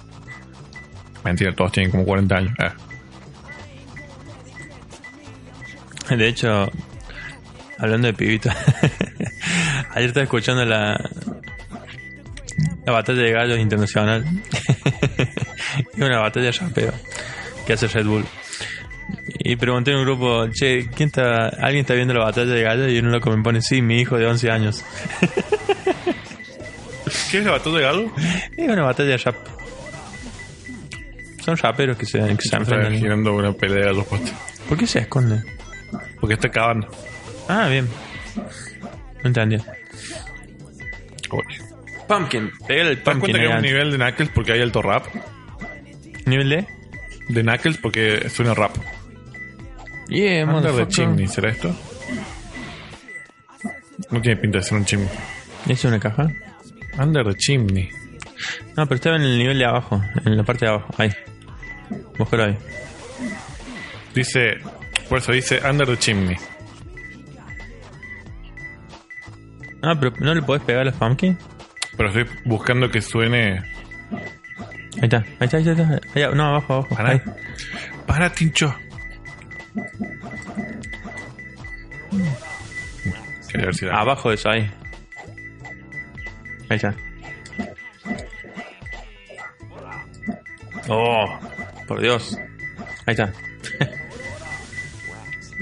Speaker 1: Mentira, todos tienen como 40 años. Eh.
Speaker 2: De hecho, hablando de pibitos. *laughs* ayer estaba escuchando la. La batalla de gallos internacional. *laughs* y una batalla de rapeo que hace Red Bull. Y pregunté en un grupo, che, ¿quién está, ¿alguien está viendo la batalla de gallos? Y uno loco me pone, sí, mi hijo de 11 años.
Speaker 1: ¿Qué es la batalla de gallo?
Speaker 2: Es una batalla de rap. Son raperos que se, que se
Speaker 1: Está
Speaker 2: enfrentan.
Speaker 1: girando una pelea de gallos puesta.
Speaker 2: ¿Por qué se esconden?
Speaker 1: Porque está acabando.
Speaker 2: Ah, bien. No entendía.
Speaker 1: Uy.
Speaker 2: Pumpkin. Pégale el
Speaker 1: ¿Te das
Speaker 2: pumpkin.
Speaker 1: cuenta que hay un
Speaker 2: ahí
Speaker 1: nivel de Knuckles porque hay alto rap?
Speaker 2: antes. ¿Nivel de?
Speaker 1: De Knuckles porque suena rap. Under
Speaker 2: Yeah,
Speaker 1: the
Speaker 2: motherfucker.
Speaker 1: chimney, ¿será esto? No tiene pinta de ser un chimney.
Speaker 2: ¿Esa es una caja?
Speaker 1: Under the chimney.
Speaker 2: No, pero estaba en el nivel de abajo, en la parte de abajo. Ahí. Búscalo ahí.
Speaker 1: Dice, por eso dice Under the chimney.
Speaker 2: Ah, pero ¿no le podés pegar a los pumpkins?
Speaker 1: Pero estoy buscando que suene.
Speaker 2: Ahí está, ahí está, ahí está. ahí está. Ahí, no, abajo, abajo.
Speaker 1: Pará.
Speaker 2: Ahí.
Speaker 1: Pará, Tincho. Quería ver si era-
Speaker 2: Abajo de eso, ahí. Ahí está. Oh, por Dios. Ahí está.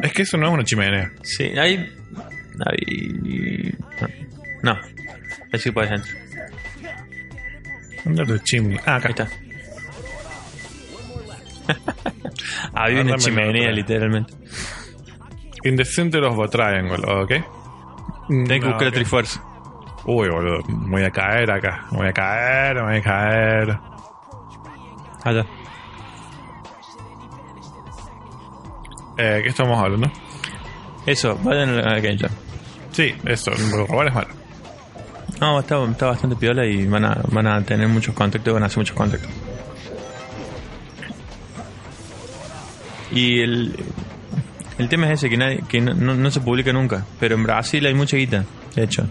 Speaker 1: Es que eso no es una chimenea.
Speaker 2: Sí, ahí. Ahí. No. Ahí sí puedes entrar.
Speaker 1: Under the chimney. Ah, acá
Speaker 2: Ahí está. Había
Speaker 1: Mándamelo
Speaker 2: una chimenea,
Speaker 1: otra.
Speaker 2: literalmente.
Speaker 1: In the center of a triangle, ¿ok?
Speaker 2: Tenés que
Speaker 1: No,
Speaker 2: buscar la
Speaker 1: ok.
Speaker 2: Trifuerza.
Speaker 1: Uy, boludo. Me voy a caer acá. Me voy a caer, me voy a caer.
Speaker 2: Allá.
Speaker 1: Eh, ¿Qué estamos hablando?
Speaker 2: Eso, vayan a la cancha.
Speaker 1: Sí, eso. Robar es malo.
Speaker 2: No, está, está bastante piola y van a, van a tener muchos contactos, van a hacer muchos contactos. Y el, el tema es ese, que, nadie, que no, no- no se publica nunca. Pero en Brasil hay mucha guita, de hecho.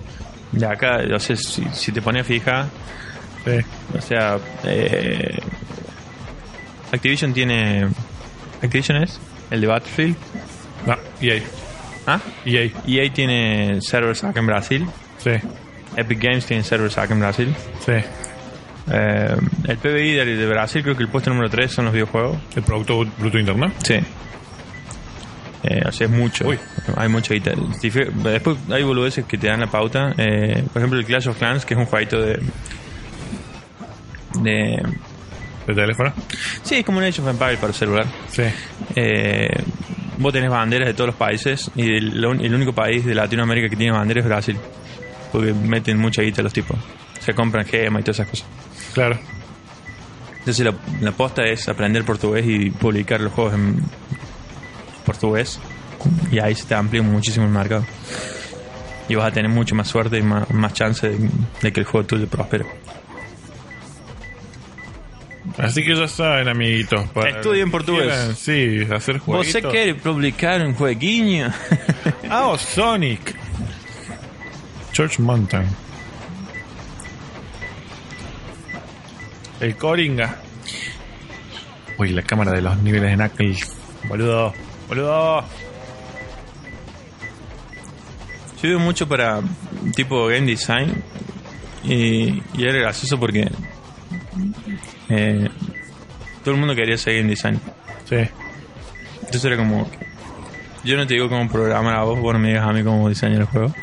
Speaker 2: De acá, o sea, si, si te pones a fijar,
Speaker 1: Sí.
Speaker 2: o sea, eh, Activision tiene... ¿Activision es? ¿El de Battlefield?
Speaker 1: No, E EA.
Speaker 2: ¿Ah?
Speaker 1: EA.
Speaker 2: EA tiene servers acá en Brasil.
Speaker 1: Sí,
Speaker 2: Epic Games tiene servers acá en Brasil.
Speaker 1: sí.
Speaker 2: Eh, el PBI de, de Brasil, creo que el puesto número 3 son los videojuegos.
Speaker 1: El Producto Bruto Interno.
Speaker 2: Sí. Eh, o sea, es mucho.
Speaker 1: Uy.
Speaker 2: Hay mucho guita. Si fue- Después hay boludeces que te dan la pauta. Eh, por ejemplo, el Clash of Clans, que es un jueguito de. de
Speaker 1: ¿De teléfono?
Speaker 2: sí, es como un Age of Empires para celular.
Speaker 1: Sí.
Speaker 2: Eh, vos tenés banderas de todos los países y el, lo- el único país de Latinoamérica que tiene bandera es Brasil. Porque meten mucha guita los tipos. Se compran gemas y todas esas cosas.
Speaker 1: Claro.
Speaker 2: Entonces la, la posta es aprender portugués y publicar los juegos en portugués. Y ahí se te amplía muchísimo el mercado. Y vas a tener mucho más suerte y más, más chance de, de que el juego tuyo prospere.
Speaker 1: Así que ya saben, amiguitos. para-
Speaker 2: Estudien portugués.
Speaker 1: Quieran, Sí, hacer juegos.
Speaker 2: ¿Vos querés publicar un jueguinho?
Speaker 1: Ah, o Sonic. Church Mountain. El Coringa. Uy, la cámara de los niveles de Knuckles. Boludo, boludo.
Speaker 2: Yo veo mucho para tipo game design y, y era gracioso porque eh, todo el mundo quería ser game design.
Speaker 1: Sí.
Speaker 2: Entonces era como. Yo no te digo cómo programar a vos, vos no me digas a mí cómo diseñar el juego.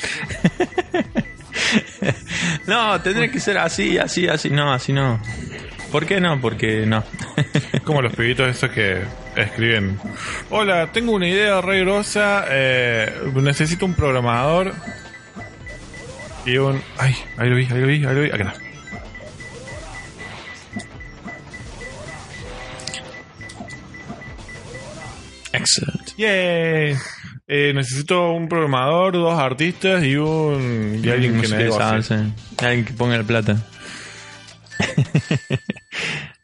Speaker 2: *laughs* no, tendría que ser así, así, así. No, así no. ¿Por qué no? Porque no. *laughs*
Speaker 1: Es como los pibitos esos que escriben. Hola, tengo una idea re grosa. eh, necesito un programador. Y un... Ay, ahí lo vi, ahí lo vi, ahí lo vi. Acá está.
Speaker 2: Excellent.
Speaker 1: Yay. Eh, necesito un programador, dos artistas y un. Y alguien que negocie.
Speaker 2: sabe, Mm, "Ah, sí. Alguien que ponga la plata.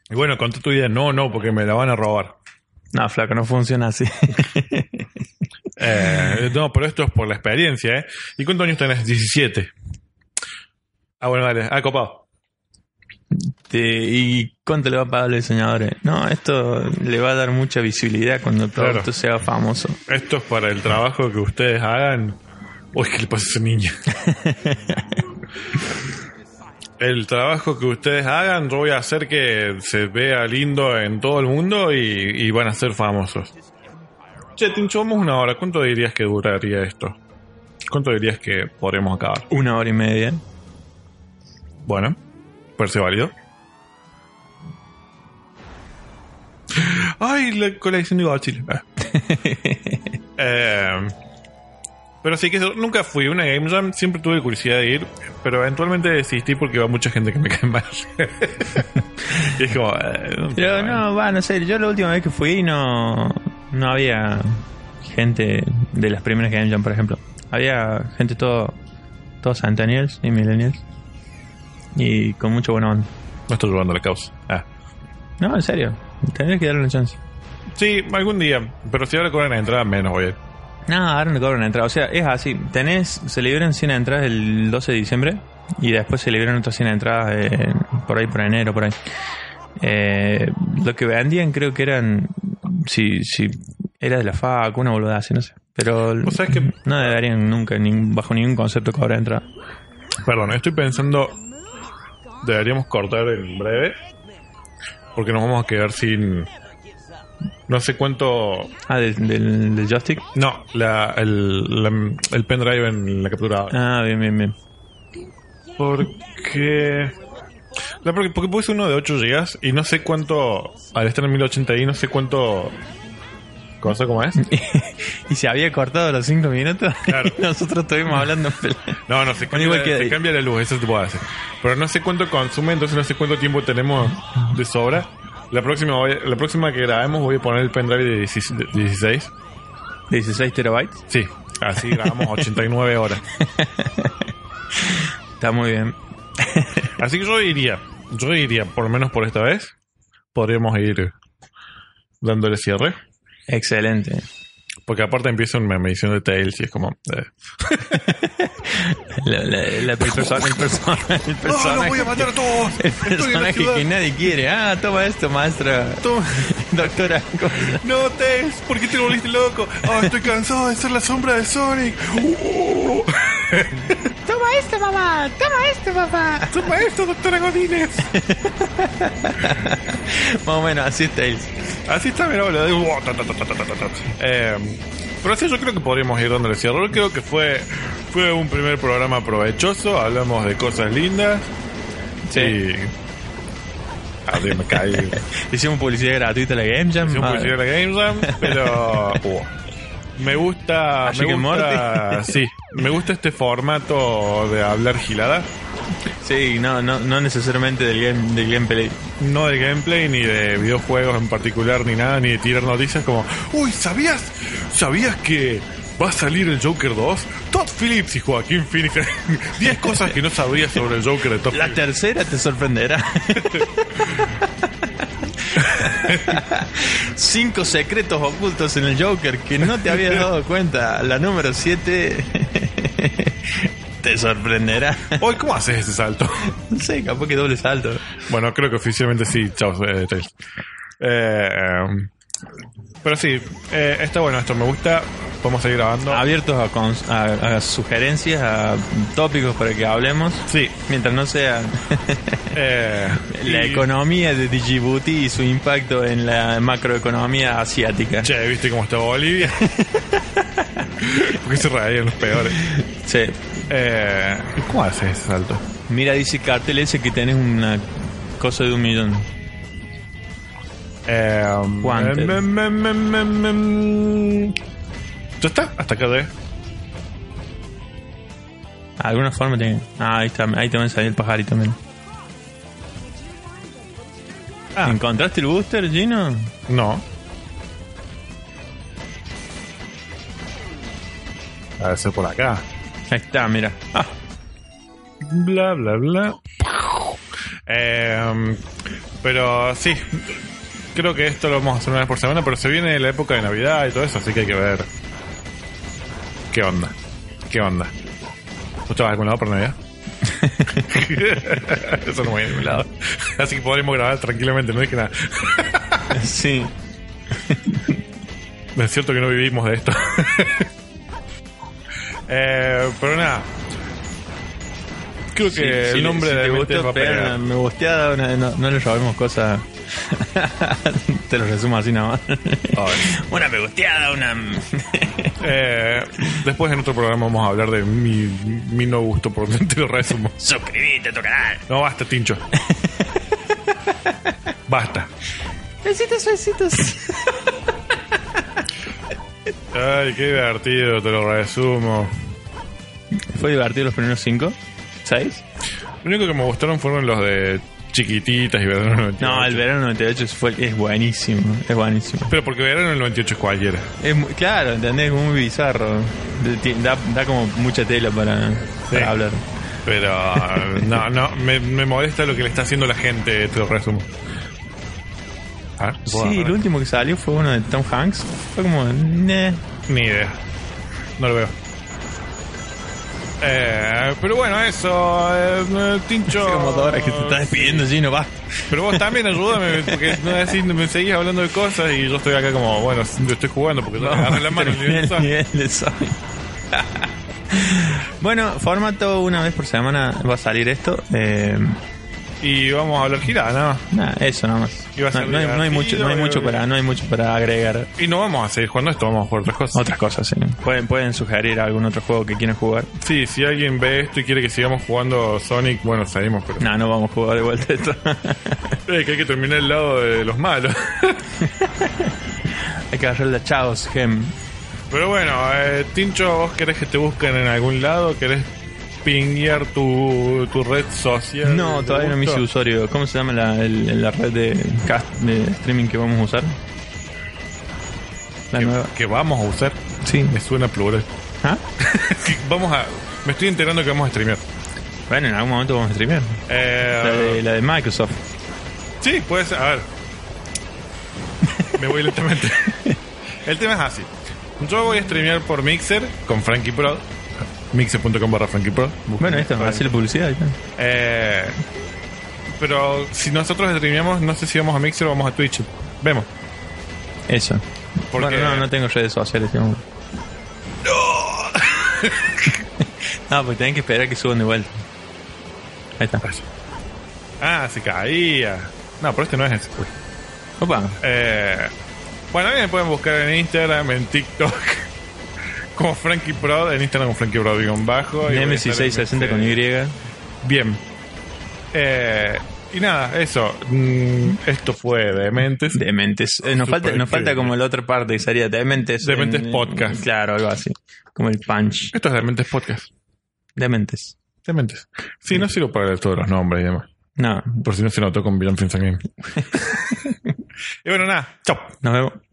Speaker 1: Y bueno, contá tu idea. No, no, porque me la van a robar.
Speaker 2: No, flaco, no funciona así.
Speaker 1: Eh, no, pero esto es por la experiencia, ¿eh? ¿Y cuántos años tenés? 17. Ah, bueno, dale. Ah, copado.
Speaker 2: Te- Este, ¿Y cuánto le va a pagar a los diseñadores? No, esto le va a dar mucha visibilidad cuando el
Speaker 1: Claro.
Speaker 2: producto sea famoso.
Speaker 1: Esto es para el trabajo que ustedes hagan. Uy, ¿qué le pasa a ese niño? El trabajo que ustedes hagan, yo voy a hacer que se vea lindo en todo el mundo y, y van a ser famosos. Che, Tincho, vamos una hora. ¿Cuánto dirías que duraría esto? ¿Cuánto dirías que podremos acabar?
Speaker 2: Una hora y media.
Speaker 1: Bueno, parece válido. Ah. Ay, la colección de Godzilla. Eh, Pero sí que eso, nunca fui a una Game Jam, siempre tuve curiosidad de ir, pero eventualmente desistí porque va mucha gente que me cae mal. y es como. eh, no,
Speaker 2: Pero
Speaker 1: bueno.
Speaker 2: no, va, no sé. Yo la última vez que fui no, no había gente de las primeras Game Jam, por ejemplo. Había gente todo, todos centennials y millennials. Y con mucho buena onda.
Speaker 1: No estoy robando la causa. Ah.
Speaker 2: No, en serio. Tendrías que darle una chance.
Speaker 1: Sí, algún día. Pero si ahora cobran la entrada, menos voy a ir.
Speaker 2: No, ahora no cobran entrada. O sea, es así. Tenés, se liberan 100 entradas el 12 de diciembre y después se liberan otras 100 entradas eh, por ahí, por enero, por ahí. Eh, lo que vendían creo que eran, si, si era de la FAC, una boluda así, no sé. Pero
Speaker 1: Vos sabés que-
Speaker 2: no deberían nunca, ni- bajo ningún concepto, cobrar entrada.
Speaker 1: Perdón, estoy pensando. Deberíamos cortar en breve. Porque nos vamos a quedar sin. No sé cuánto.
Speaker 2: Ah, del, del, del joystick.
Speaker 1: No, la, el, la- el pendrive en la capturadora.
Speaker 2: Ah, bien, bien, bien.
Speaker 1: Porque. La, porque, porque puse uno de 8 GB y no sé cuánto. Al estar en 1080i, no sé cuánto. ¿Cosa como es?
Speaker 2: y se había cortado los 5 minutos
Speaker 1: Claro.
Speaker 2: y *laughs* nosotros estuvimos hablando. en pelota.
Speaker 1: No, no, se
Speaker 2: Bueno,
Speaker 1: cambia,
Speaker 2: igual queda
Speaker 1: se
Speaker 2: ahí.
Speaker 1: cambia la luz, eso te puedo hacer. Pero no sé cuánto consume, entonces no sé cuánto tiempo tenemos de sobra. La próxima, voy- la próxima que grabemos voy a poner el pendrive de 16. de 16.
Speaker 2: 16 terabytes.
Speaker 1: Sí, así grabamos 89 horas.
Speaker 2: Está muy bien.
Speaker 1: Así que yo diría, yo diría, por lo menos por esta vez, podríamos ir dándole cierre.
Speaker 2: Excelente.
Speaker 1: Porque aparte empieza una medición de Tails y es como... eh.
Speaker 2: La-
Speaker 1: *laughs*
Speaker 2: la- la- el, persona- el persona- el personaje,
Speaker 1: matar a todos! *laughs*
Speaker 2: el personaje que nadie quiere. Ah, toma esto, maestra. *laughs* Doctora.
Speaker 1: ¡No, Tails! ¿Por qué te volviste loco? ¡Ah, estoy cansado de ser la sombra de Sonic!
Speaker 2: *laughs* Toma esto, mamá. Toma este, esto, papá.
Speaker 1: ¡Toma esto, doctora Godínez!
Speaker 2: Más o menos, así está él.
Speaker 1: Así está, mira, boludo. Digo, "Wow, ta, ta, ta, ta, ta, ta, ta". Eh, pero así yo creo que podríamos ir dándole cierre. Yo creo que fue, fue un primer programa provechoso. Hablamos de cosas lindas.
Speaker 2: Sí.
Speaker 1: Y... Ah, Dios, me caí.
Speaker 2: *laughs* Hicimos publicidad gratuita a la Game Jam. Ah,
Speaker 1: Hicimos
Speaker 2: madre.
Speaker 1: publicidad en la Game Jam, pero...
Speaker 2: *laughs*
Speaker 1: Uh, Me gusta,
Speaker 2: Así
Speaker 1: me
Speaker 2: que
Speaker 1: gusta, *laughs*
Speaker 2: Morty.
Speaker 1: sí, me gusta este formato de hablar gilada,
Speaker 2: Sí, no, no, no necesariamente del, game, del gameplay.
Speaker 1: no de gameplay ni de videojuegos en particular ni nada, ni de tirar noticias como, uy, ¿sabías? ¿Sabías que va a salir el Joker 2? Todd Phillips y Joaquín Phoenix. *laughs* 10 cosas que no sabías sobre el Joker de Todd
Speaker 2: La
Speaker 1: Phillips.
Speaker 2: tercera te sorprenderá. Cinco secretos ocultos en el Joker que no te habías dado cuenta. La número siete te sorprenderá.
Speaker 1: Hoy, ¿cómo haces ese salto?
Speaker 2: No sé, capaz que doble salto.
Speaker 1: Bueno, creo que oficialmente sí, chao, eh, Tails. Eh, em, pero sí, eh, está bueno esto, me gusta. Podemos seguir grabando.
Speaker 2: Abiertos a, cons- a- a sugerencias, a tópicos para que hablemos.
Speaker 1: Sí.
Speaker 2: Mientras no sea
Speaker 1: Eh,
Speaker 2: la
Speaker 1: y-
Speaker 2: economía de Djibouti y su impacto en la macroeconomía asiática.
Speaker 1: Che, ¿viste cómo está Bolivia? Porque se reían los peores.
Speaker 2: Sí.
Speaker 1: Eh, ¿y ¿Cómo haces ese salto?
Speaker 2: Mira, dice cartel ese que tenés una cosa de un millón.
Speaker 1: Eh,
Speaker 2: Wanted.
Speaker 1: mm, mm, mm, mm, mm, mm. ¿Ya está? Hasta acá de.
Speaker 2: Alguna forma tiene. Ah, ahí, está, ahí también salió el pajarito también.
Speaker 1: Ah.
Speaker 2: ¿Encontraste el booster, Gino?
Speaker 1: No. A ver, ser por acá.
Speaker 2: Ahí está, mira. Ah,
Speaker 1: Bla, bla, bla. Eh, pero sí, creo que esto lo vamos a hacer una vez por semana, pero se viene la época de Navidad y todo eso, así que hay que ver. ¿Qué onda? ¿Qué onda? ¿Tú te vas a algún lado por
Speaker 2: *laughs*
Speaker 1: Navidad? eso no voy a ningún lado. Así que podremos grabar tranquilamente, no dije nada.
Speaker 2: *laughs* sí.
Speaker 1: Es cierto que no vivimos de esto. *laughs* Eh, pero nada. Creo que
Speaker 2: Sí,
Speaker 1: el
Speaker 2: si-
Speaker 1: nombre
Speaker 2: si
Speaker 1: de
Speaker 2: te
Speaker 1: la
Speaker 2: gustó,
Speaker 1: mente va a
Speaker 2: pega
Speaker 1: pegar.
Speaker 2: una me gusteada, una- no, no le robemos cosas. *laughs* Te lo resumo así nada más.
Speaker 1: Ay.
Speaker 2: una me gusteada, una.
Speaker 1: Eh, después en otro programa vamos a hablar de mi, mi no gusto por *laughs* te lo resumo.
Speaker 2: Suscríbete a tu canal.
Speaker 1: No, basta,
Speaker 2: *laughs*
Speaker 1: Tincho. Basta.
Speaker 2: Besitos, besitos.
Speaker 1: Ay, qué divertido, te lo resumo.
Speaker 2: ¿Fue divertido los primeros cinco? ¿Seis?
Speaker 1: Lo único que me gustaron fueron los de chiquititas y verano 98.
Speaker 2: No, el verano 98 fue, es buenísimo, es buenísimo.
Speaker 1: Pero porque verano del 98 es cualquiera.
Speaker 2: Es muy- claro, ¿entendés? Es muy bizarro. De- ti- Da, da como mucha tela para, para hablar.
Speaker 1: Pero no, no, me, me molesta lo que le está haciendo la gente, te lo resumo. A ver, ¿puedo
Speaker 2: Sí,
Speaker 1: agarrar?
Speaker 2: el último que salió fue uno de Tom Hanks. Fue como, nah.
Speaker 1: Ni idea. No lo veo. Eh, pero bueno, eso, eh, eh, Tincho. eh,
Speaker 2: Hace como dos horas que te estás despidiendo, Gino, va.
Speaker 1: Pero vos también ayúdame, porque no decís- me seguís hablando de cosas y yo estoy acá como, bueno, yo estoy jugando porque yo le agarré la mano y le
Speaker 2: terminé
Speaker 1: digo,
Speaker 2: el
Speaker 1: "Sa-".
Speaker 2: nivel de Sonic. *laughs* bueno, formato una vez por semana va a salir esto. Eh,
Speaker 1: Y vamos a hablar girada,
Speaker 2: nada, eso nada más.
Speaker 1: Iba a
Speaker 2: No,
Speaker 1: ser
Speaker 2: no hay, no hay mucho, no hay
Speaker 1: divertido,
Speaker 2: mucho
Speaker 1: pero-
Speaker 2: para, no hay mucho para agregar.
Speaker 1: ¿no? Y no vamos a seguir jugando esto, vamos a jugar otras cosas.
Speaker 2: Otras cosas, sí. Pueden, pueden sugerir algún otro juego que quieran jugar.
Speaker 1: Sí, si alguien ve esto y quiere que sigamos jugando Sonic, bueno, salimos, pero.
Speaker 2: No, no vamos a jugar de vuelta esto. *laughs*
Speaker 1: Eh, que hay que terminar el lado de los malos.
Speaker 2: hay que agarrar la Chaos Gem.
Speaker 1: Pero bueno, eh, Tincho, ¿vos querés que te busquen en algún lado? ¿Querés pinguear tu, tu red social?
Speaker 2: No,
Speaker 1: de
Speaker 2: todavía no me hice
Speaker 1: gusto?
Speaker 2: usuario. ¿Cómo se llama la, el- la red de, cast, de streaming que vamos a usar? La nueva.
Speaker 1: Que vamos a usar.
Speaker 2: Sí.
Speaker 1: Me suena plural.
Speaker 2: ¿Ah?
Speaker 1: Que vamos a. Me estoy enterando que vamos a streamear.
Speaker 2: Bueno, en algún momento vamos a streamear. La
Speaker 1: Eh,
Speaker 2: de, la de Microsoft.
Speaker 1: Sí, puede ser. A ver. Me voy lentamente. El tema es así. Yo voy a streamear por Mixer con Frankie Pro. Mixer.com barra Frankie Pro. Busquen
Speaker 2: Bueno, esto,
Speaker 1: para-
Speaker 2: hacer publicidad. y tal.
Speaker 1: Eh, pero si nosotros streameamos, no sé si vamos a Mixer o vamos a Twitch. Vemos.
Speaker 2: Eso.
Speaker 1: Porque-
Speaker 2: Bueno, no, no tengo redes sociales. Tengo... *laughs* No, porque tienen que esperar que suban de vuelta. Ahí está.
Speaker 1: Ah, se caía. No, pero este no es ese. Uy.
Speaker 2: Opa.
Speaker 1: Eh, bueno, a mí me pueden buscar en Instagram, en TikTok. *laughs* Como Frankie Prod, en Instagram como Frankie Prod, guión bajo. y voy a
Speaker 2: Nemesis
Speaker 1: estar en
Speaker 2: 660 con
Speaker 1: Mixer.
Speaker 2: Y.
Speaker 1: Bien. Eh, y nada, eso. Mm, esto fue Dementes.
Speaker 2: Dementes. Eh, nos
Speaker 1: Super
Speaker 2: falta, nos falta
Speaker 1: increíble.
Speaker 2: como la otra parte que sería Dementes.
Speaker 1: Dementes Podcast.
Speaker 2: Claro, algo así. Como el punch.
Speaker 1: Esto es Dementes Podcast.
Speaker 2: Dementes.
Speaker 1: Dementes. Sí, no sirvo para leer todos los nombres y demás.
Speaker 2: No,
Speaker 1: Por si no se notó con Beyond Finns Game. y bueno, nada. Chao.
Speaker 2: nos vemos.